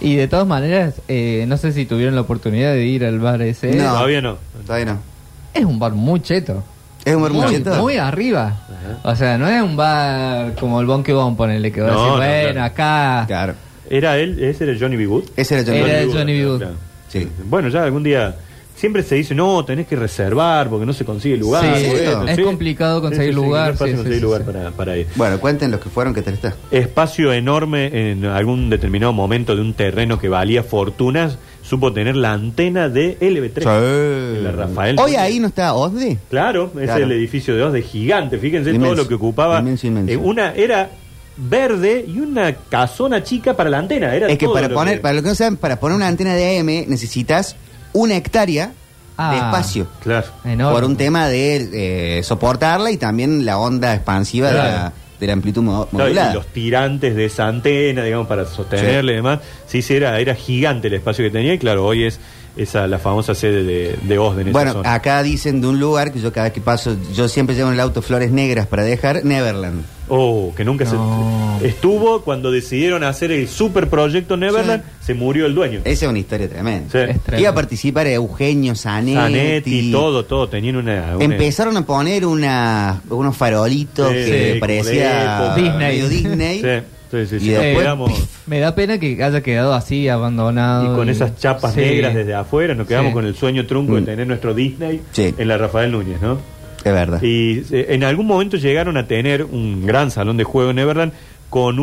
Speaker 4: Y de todas maneras, eh, no sé si tuvieron la oportunidad de ir al bar ese.
Speaker 2: No.
Speaker 3: Todavía no.
Speaker 2: Todavía no.
Speaker 4: Es un bar muy cheto.
Speaker 2: Es un
Speaker 4: Muy,
Speaker 2: murmullento.
Speaker 4: muy arriba.
Speaker 3: Ajá.
Speaker 4: O sea, no es un bar como el Bon que Bon, ponele, que va
Speaker 3: No,
Speaker 4: a
Speaker 3: no,
Speaker 4: decir, bueno,
Speaker 3: claro.
Speaker 4: acá.
Speaker 2: Claro.
Speaker 3: ¿Era él? ¿Ese era Johnny B. Good?
Speaker 2: Ese era Johnny
Speaker 4: Era
Speaker 2: Good.
Speaker 4: el Johnny B. Good.
Speaker 2: Sí.
Speaker 3: Bueno, ya algún día. Siempre se dice, no, tenés que reservar porque no se consigue lugar.
Speaker 4: Sí,
Speaker 3: porque
Speaker 2: ¿en serio?
Speaker 3: esto,
Speaker 4: es complicado conseguir lugar,
Speaker 3: no es fácil
Speaker 4: sí, sí,
Speaker 3: conseguir
Speaker 4: sí,
Speaker 3: lugar
Speaker 4: sí.
Speaker 3: para, para ir.
Speaker 2: Bueno, cuenten los que fueron que te está.
Speaker 3: Espacio enorme en algún determinado momento de un terreno que valía fortunas, supo tener la antena de LB3. En la Rafael.
Speaker 2: Hoy ahí no está Osdi.
Speaker 3: Claro, es
Speaker 2: Claro.
Speaker 3: el edificio de Oz de gigante. Fíjense
Speaker 2: Inmenso,
Speaker 3: todo lo que ocupaba.
Speaker 2: inmenso, inmenso.
Speaker 3: Eh, una era verde y una casona chica para la antena. Era
Speaker 2: Es que
Speaker 3: todo
Speaker 2: para
Speaker 3: lo
Speaker 2: poner, para lo que no saben, para poner una antena de AM necesitas una hectárea de
Speaker 4: Ah.
Speaker 2: espacio.
Speaker 3: Claro.
Speaker 4: Enorme.
Speaker 2: Por un tema de eh, soportarla y también la onda expansiva de, la,
Speaker 3: Claro.
Speaker 2: de la amplitud mo-
Speaker 3: Claro, y
Speaker 2: modulada.
Speaker 3: los tirantes de esa antena, digamos, para sostenerle y demás. Sí, sí, era, era gigante el espacio que tenía. Y claro, hoy es esa la famosa sede de, de Oz en esa
Speaker 2: Bueno,
Speaker 3: zona.
Speaker 2: acá dicen de un lugar que yo cada vez que paso, yo siempre llevo en el auto flores negras para dejar, Neverland.
Speaker 3: Oh, que nunca
Speaker 4: No.
Speaker 3: se. Estuvo cuando decidieron hacer el super proyecto Neverland, se murió el
Speaker 4: Eh,
Speaker 3: dueño.
Speaker 2: Esa es una historia tremenda.
Speaker 3: Sí.
Speaker 4: Es tremendo.
Speaker 2: Iba a participar Eugenio Zanetti.
Speaker 3: Zanetti, todo, todo. Tenían una. una-
Speaker 2: Empezaron a poner una, unos farolitos
Speaker 3: Sí, sí,
Speaker 2: que
Speaker 3: como
Speaker 2: parecía
Speaker 3: de
Speaker 4: época.
Speaker 2: medio
Speaker 3: Sí,
Speaker 2: Disney.
Speaker 3: sí, sí. sí.
Speaker 2: Y
Speaker 3: Nos
Speaker 4: después,
Speaker 3: quedamos-
Speaker 4: Me da pena que haya quedado así, abandonado.
Speaker 3: Y con
Speaker 4: y-
Speaker 3: esas chapas
Speaker 4: Sí.
Speaker 3: negras desde afuera, nos quedamos
Speaker 4: Sí.
Speaker 3: con el sueño trunco de
Speaker 2: Mm.
Speaker 3: tener nuestro Disney
Speaker 2: Sí.
Speaker 3: en la Rafael Núñez, ¿no?
Speaker 2: Es verdad.
Speaker 3: Y eh, en algún momento llegaron a tener un gran salón de juego en Everland con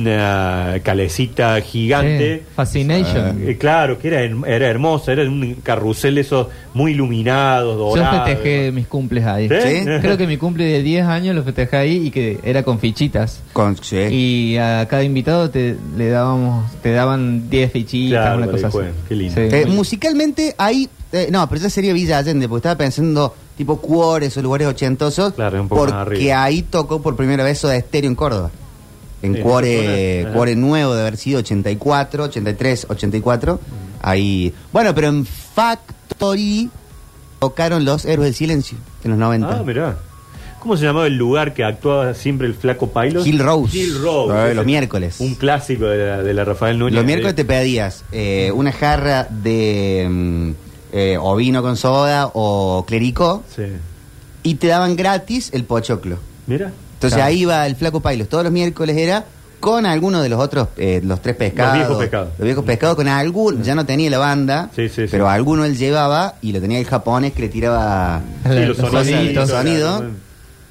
Speaker 3: una calecita gigante.
Speaker 4: Sí, Fascination.
Speaker 3: Eh, claro, que era, her- era hermosa, era un carrusel de esos muy iluminados,
Speaker 4: Yo
Speaker 3: dorados.
Speaker 4: festejé mis cumples ahí.
Speaker 3: ¿Sí?
Speaker 2: Sí.
Speaker 4: Creo que mi cumple de 10 años lo festejé ahí y que era con fichitas.
Speaker 2: Con- sí. Eh,
Speaker 4: Y a cada invitado te le dábamos te daban 10 fichitas,
Speaker 3: Claro,
Speaker 4: una cosa así.
Speaker 3: Maricuén, qué lindo.
Speaker 2: Eh, musicalmente ahí, eh, no, pero ya sería Villa Allende, porque estaba pensando tipo cuores o lugares ochentosos,
Speaker 3: Claro, un poco más
Speaker 2: porque
Speaker 3: arriba.
Speaker 2: ahí tocó por primera vez Soda Estéreo en Córdoba. En
Speaker 3: Sí,
Speaker 2: cuore,
Speaker 3: suena, ajá.
Speaker 2: cuore nuevo de haber sido 84, 83, 84. Ahí. Bueno, pero en Factory tocaron los Héroes del Silencio en los 90.
Speaker 3: Ah, mirá. ¿Cómo se llamaba el lugar que actuaba siempre el flaco Pilo?
Speaker 2: Gil Rose.
Speaker 3: Gil Rose.
Speaker 2: Ah, los
Speaker 3: Ese-
Speaker 2: miércoles.
Speaker 3: Un clásico de la, de la Rafael Núñez.
Speaker 2: Los miércoles
Speaker 3: Sí.
Speaker 2: te pedías eh, una jarra de mm, eh, o vino con soda o clericó
Speaker 3: Sí.
Speaker 2: y te daban gratis el pochoclo.
Speaker 3: Mira.
Speaker 2: Entonces
Speaker 4: Claro.
Speaker 2: ahí iba el flaco Pailos. Todos los miércoles era con alguno de los otros, eh, los tres pescados.
Speaker 3: viejos pescados.
Speaker 2: Los viejos pescados con algún, ya no tenía la banda,
Speaker 3: Sí, sí, sí.
Speaker 2: pero alguno él llevaba y lo tenía el japonés que le tiraba
Speaker 4: La-
Speaker 3: Sí,
Speaker 4: los
Speaker 3: los
Speaker 2: cosas,
Speaker 3: sonidos.
Speaker 2: el sonido
Speaker 3: claro.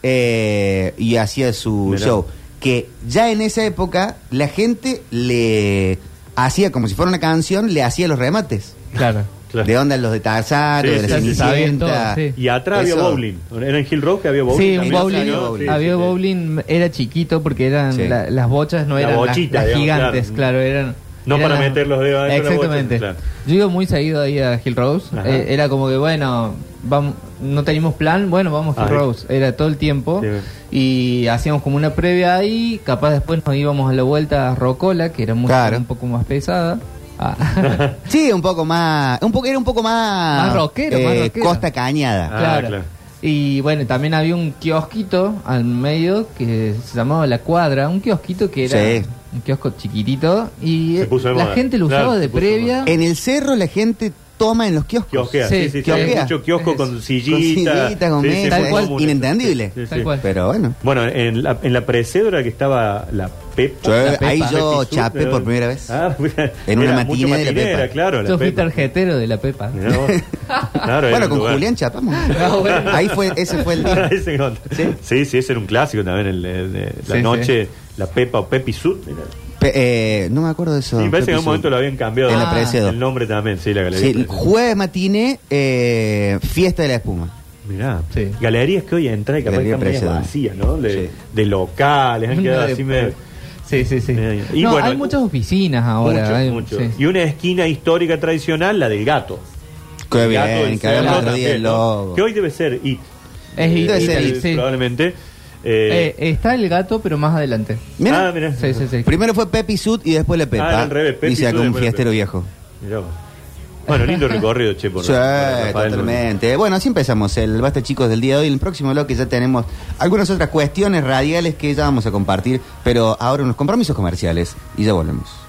Speaker 2: eh, y hacía su
Speaker 3: Mirá.
Speaker 2: show. Que ya en esa época la gente le hacía como si fuera una canción, le hacía los remates.
Speaker 4: Claro.
Speaker 3: Claro.
Speaker 2: De onda los de Tarzán,
Speaker 3: Sí,
Speaker 2: de
Speaker 3: sí,
Speaker 2: la
Speaker 3: sí,
Speaker 4: sabían todo,
Speaker 2: Cenicienta.
Speaker 4: sí.
Speaker 3: Y atrás había
Speaker 2: Eso.
Speaker 3: bowling. Era en Hill Rock que había bowling.
Speaker 4: Sí, un
Speaker 3: también,
Speaker 4: bowling.
Speaker 3: ¿no? Sí, sí,
Speaker 4: había
Speaker 3: sí.
Speaker 4: bowling, era chiquito porque eran
Speaker 2: Sí.
Speaker 4: la- las bochas, no
Speaker 3: La
Speaker 4: eran las-
Speaker 3: bochita,
Speaker 4: las,
Speaker 3: digamos,
Speaker 4: gigantes,
Speaker 3: claro.
Speaker 4: claro. eran.
Speaker 3: No
Speaker 4: eran
Speaker 3: para
Speaker 4: las-
Speaker 3: meter los dedos adentro de la bocha,
Speaker 4: Exactamente.
Speaker 3: claro.
Speaker 4: Yo iba muy seguido ahí a Hill Rose.
Speaker 3: Ajá.
Speaker 4: eh, era como que, bueno, vamos, no teníamos plan, bueno, vamos a Hill
Speaker 3: Ahí.
Speaker 4: Rose. Era todo el tiempo. Y hacíamos como una previa ahí. Capaz después nos íbamos a la vuelta a Rocola, que era música
Speaker 2: Claro.
Speaker 4: un poco más pesada. Ah.
Speaker 2: Sí, un poco más. Un poco, era un poco más. eh,
Speaker 4: Más rockero, más rockero.
Speaker 2: Costa Cañada.
Speaker 3: Ah,
Speaker 4: claro.
Speaker 3: claro.
Speaker 4: Y bueno, también había un kiosquito al medio que se llamaba La Cuadra, un kiosquito que era
Speaker 2: Sí.
Speaker 4: un kiosco chiquitito y
Speaker 3: Se
Speaker 4: eh,
Speaker 3: puso de
Speaker 4: la
Speaker 3: moda.
Speaker 4: gente lo usaba
Speaker 3: Claro, se
Speaker 4: de
Speaker 3: puso de
Speaker 4: previa.
Speaker 2: En el cerro la gente toma en los kioscos.
Speaker 3: Kiosquea.
Speaker 4: Sí,
Speaker 3: Sí, sí, sí.
Speaker 2: kiosquea.
Speaker 3: Hay mucho kiosco
Speaker 4: Con
Speaker 3: con sillita.
Speaker 2: sillita, con mesa,
Speaker 3: fue
Speaker 2: tal cual.
Speaker 3: como un-
Speaker 2: Inentendible.
Speaker 3: Sí, sí,
Speaker 4: Tal
Speaker 3: sí.
Speaker 4: cual.
Speaker 2: Pero bueno.
Speaker 3: Bueno, en la, en la precedora que estaba la Pepa.
Speaker 2: Yo-
Speaker 4: La Pepa.
Speaker 2: ahí yo
Speaker 3: Pepi Sur,
Speaker 2: chapé
Speaker 3: ¿no?
Speaker 2: por primera vez.
Speaker 3: Ah,
Speaker 2: En una
Speaker 3: era
Speaker 2: matiné
Speaker 3: mucho
Speaker 2: de la
Speaker 3: matinera,
Speaker 2: Pepa.
Speaker 3: claro. la
Speaker 4: Yo fui
Speaker 3: Pepa.
Speaker 4: tarjetero de la Pepa.
Speaker 3: Mirá vos. Claro, era
Speaker 2: bueno,
Speaker 3: un
Speaker 2: con
Speaker 3: lugar.
Speaker 2: Julián chapamos.
Speaker 4: No, Ah, bueno.
Speaker 2: Ahí fue, ese fue el día.
Speaker 3: Ese no.
Speaker 2: Sí.
Speaker 3: Sí, sí, ese era un clásico también. el- el- el- la
Speaker 4: Sí,
Speaker 3: noche, la Pepa o Pepi Sud. era.
Speaker 2: Pe- eh, no me acuerdo de eso.
Speaker 3: Sí, parece que en
Speaker 2: Pepe
Speaker 3: un momento
Speaker 2: Sud.
Speaker 3: lo habían cambiado.
Speaker 2: En
Speaker 4: la
Speaker 2: Precedo.
Speaker 3: El nombre también, sí, la galería.
Speaker 2: Sí, el
Speaker 3: Precedo.
Speaker 2: jueves matiné, eh, fiesta de la espuma.
Speaker 3: Mirá,
Speaker 4: Sí.
Speaker 3: galerías que hoy entra y capaz
Speaker 2: Galería
Speaker 3: están medio
Speaker 2: Precedo.
Speaker 3: vacías, ¿no? De,
Speaker 2: Sí.
Speaker 3: de locales, han
Speaker 4: Una
Speaker 3: quedado
Speaker 4: de
Speaker 3: así medio-
Speaker 4: Sí, sí, sí.
Speaker 3: Medio. Y
Speaker 4: no,
Speaker 3: bueno,
Speaker 4: hay muchas oficinas ahora.
Speaker 3: Mucho,
Speaker 4: hay-
Speaker 3: mucho.
Speaker 4: sí.
Speaker 3: Y una esquina histórica tradicional, la del gato.
Speaker 2: Qué
Speaker 3: El gato
Speaker 2: bien,
Speaker 3: del
Speaker 2: que hagamos
Speaker 3: cerro
Speaker 2: otro día
Speaker 3: también,
Speaker 2: el
Speaker 3: ¿no?
Speaker 2: logo.
Speaker 3: Que hoy debe ser y
Speaker 4: Es
Speaker 3: eh,
Speaker 4: y-
Speaker 2: Debe
Speaker 4: y-
Speaker 2: ser
Speaker 4: sí.
Speaker 2: y-
Speaker 3: probablemente. eh,
Speaker 4: Eh, está el gato, pero más adelante.
Speaker 2: Mira,
Speaker 3: ah, mirá. Ah,
Speaker 4: Sí, sí, sí.
Speaker 2: primero fue Pepi Sud y después la Pepa.
Speaker 3: era al revés, Pepi
Speaker 2: y se
Speaker 3: Sud
Speaker 2: sacó
Speaker 3: y
Speaker 2: un
Speaker 3: después la
Speaker 2: fiestero
Speaker 3: Pepa.
Speaker 2: viejo.
Speaker 3: Mirá vos. Bueno, lindo recorrido, che, por
Speaker 2: Sí,
Speaker 3: Rafael Núñez.
Speaker 2: totalmente. Bueno, así empezamos el Basta Chicos del día de hoy. En el próximo bloque ya tenemos algunas otras cuestiones radiales que ya vamos a compartir, pero ahora unos compromisos comerciales y ya volvemos.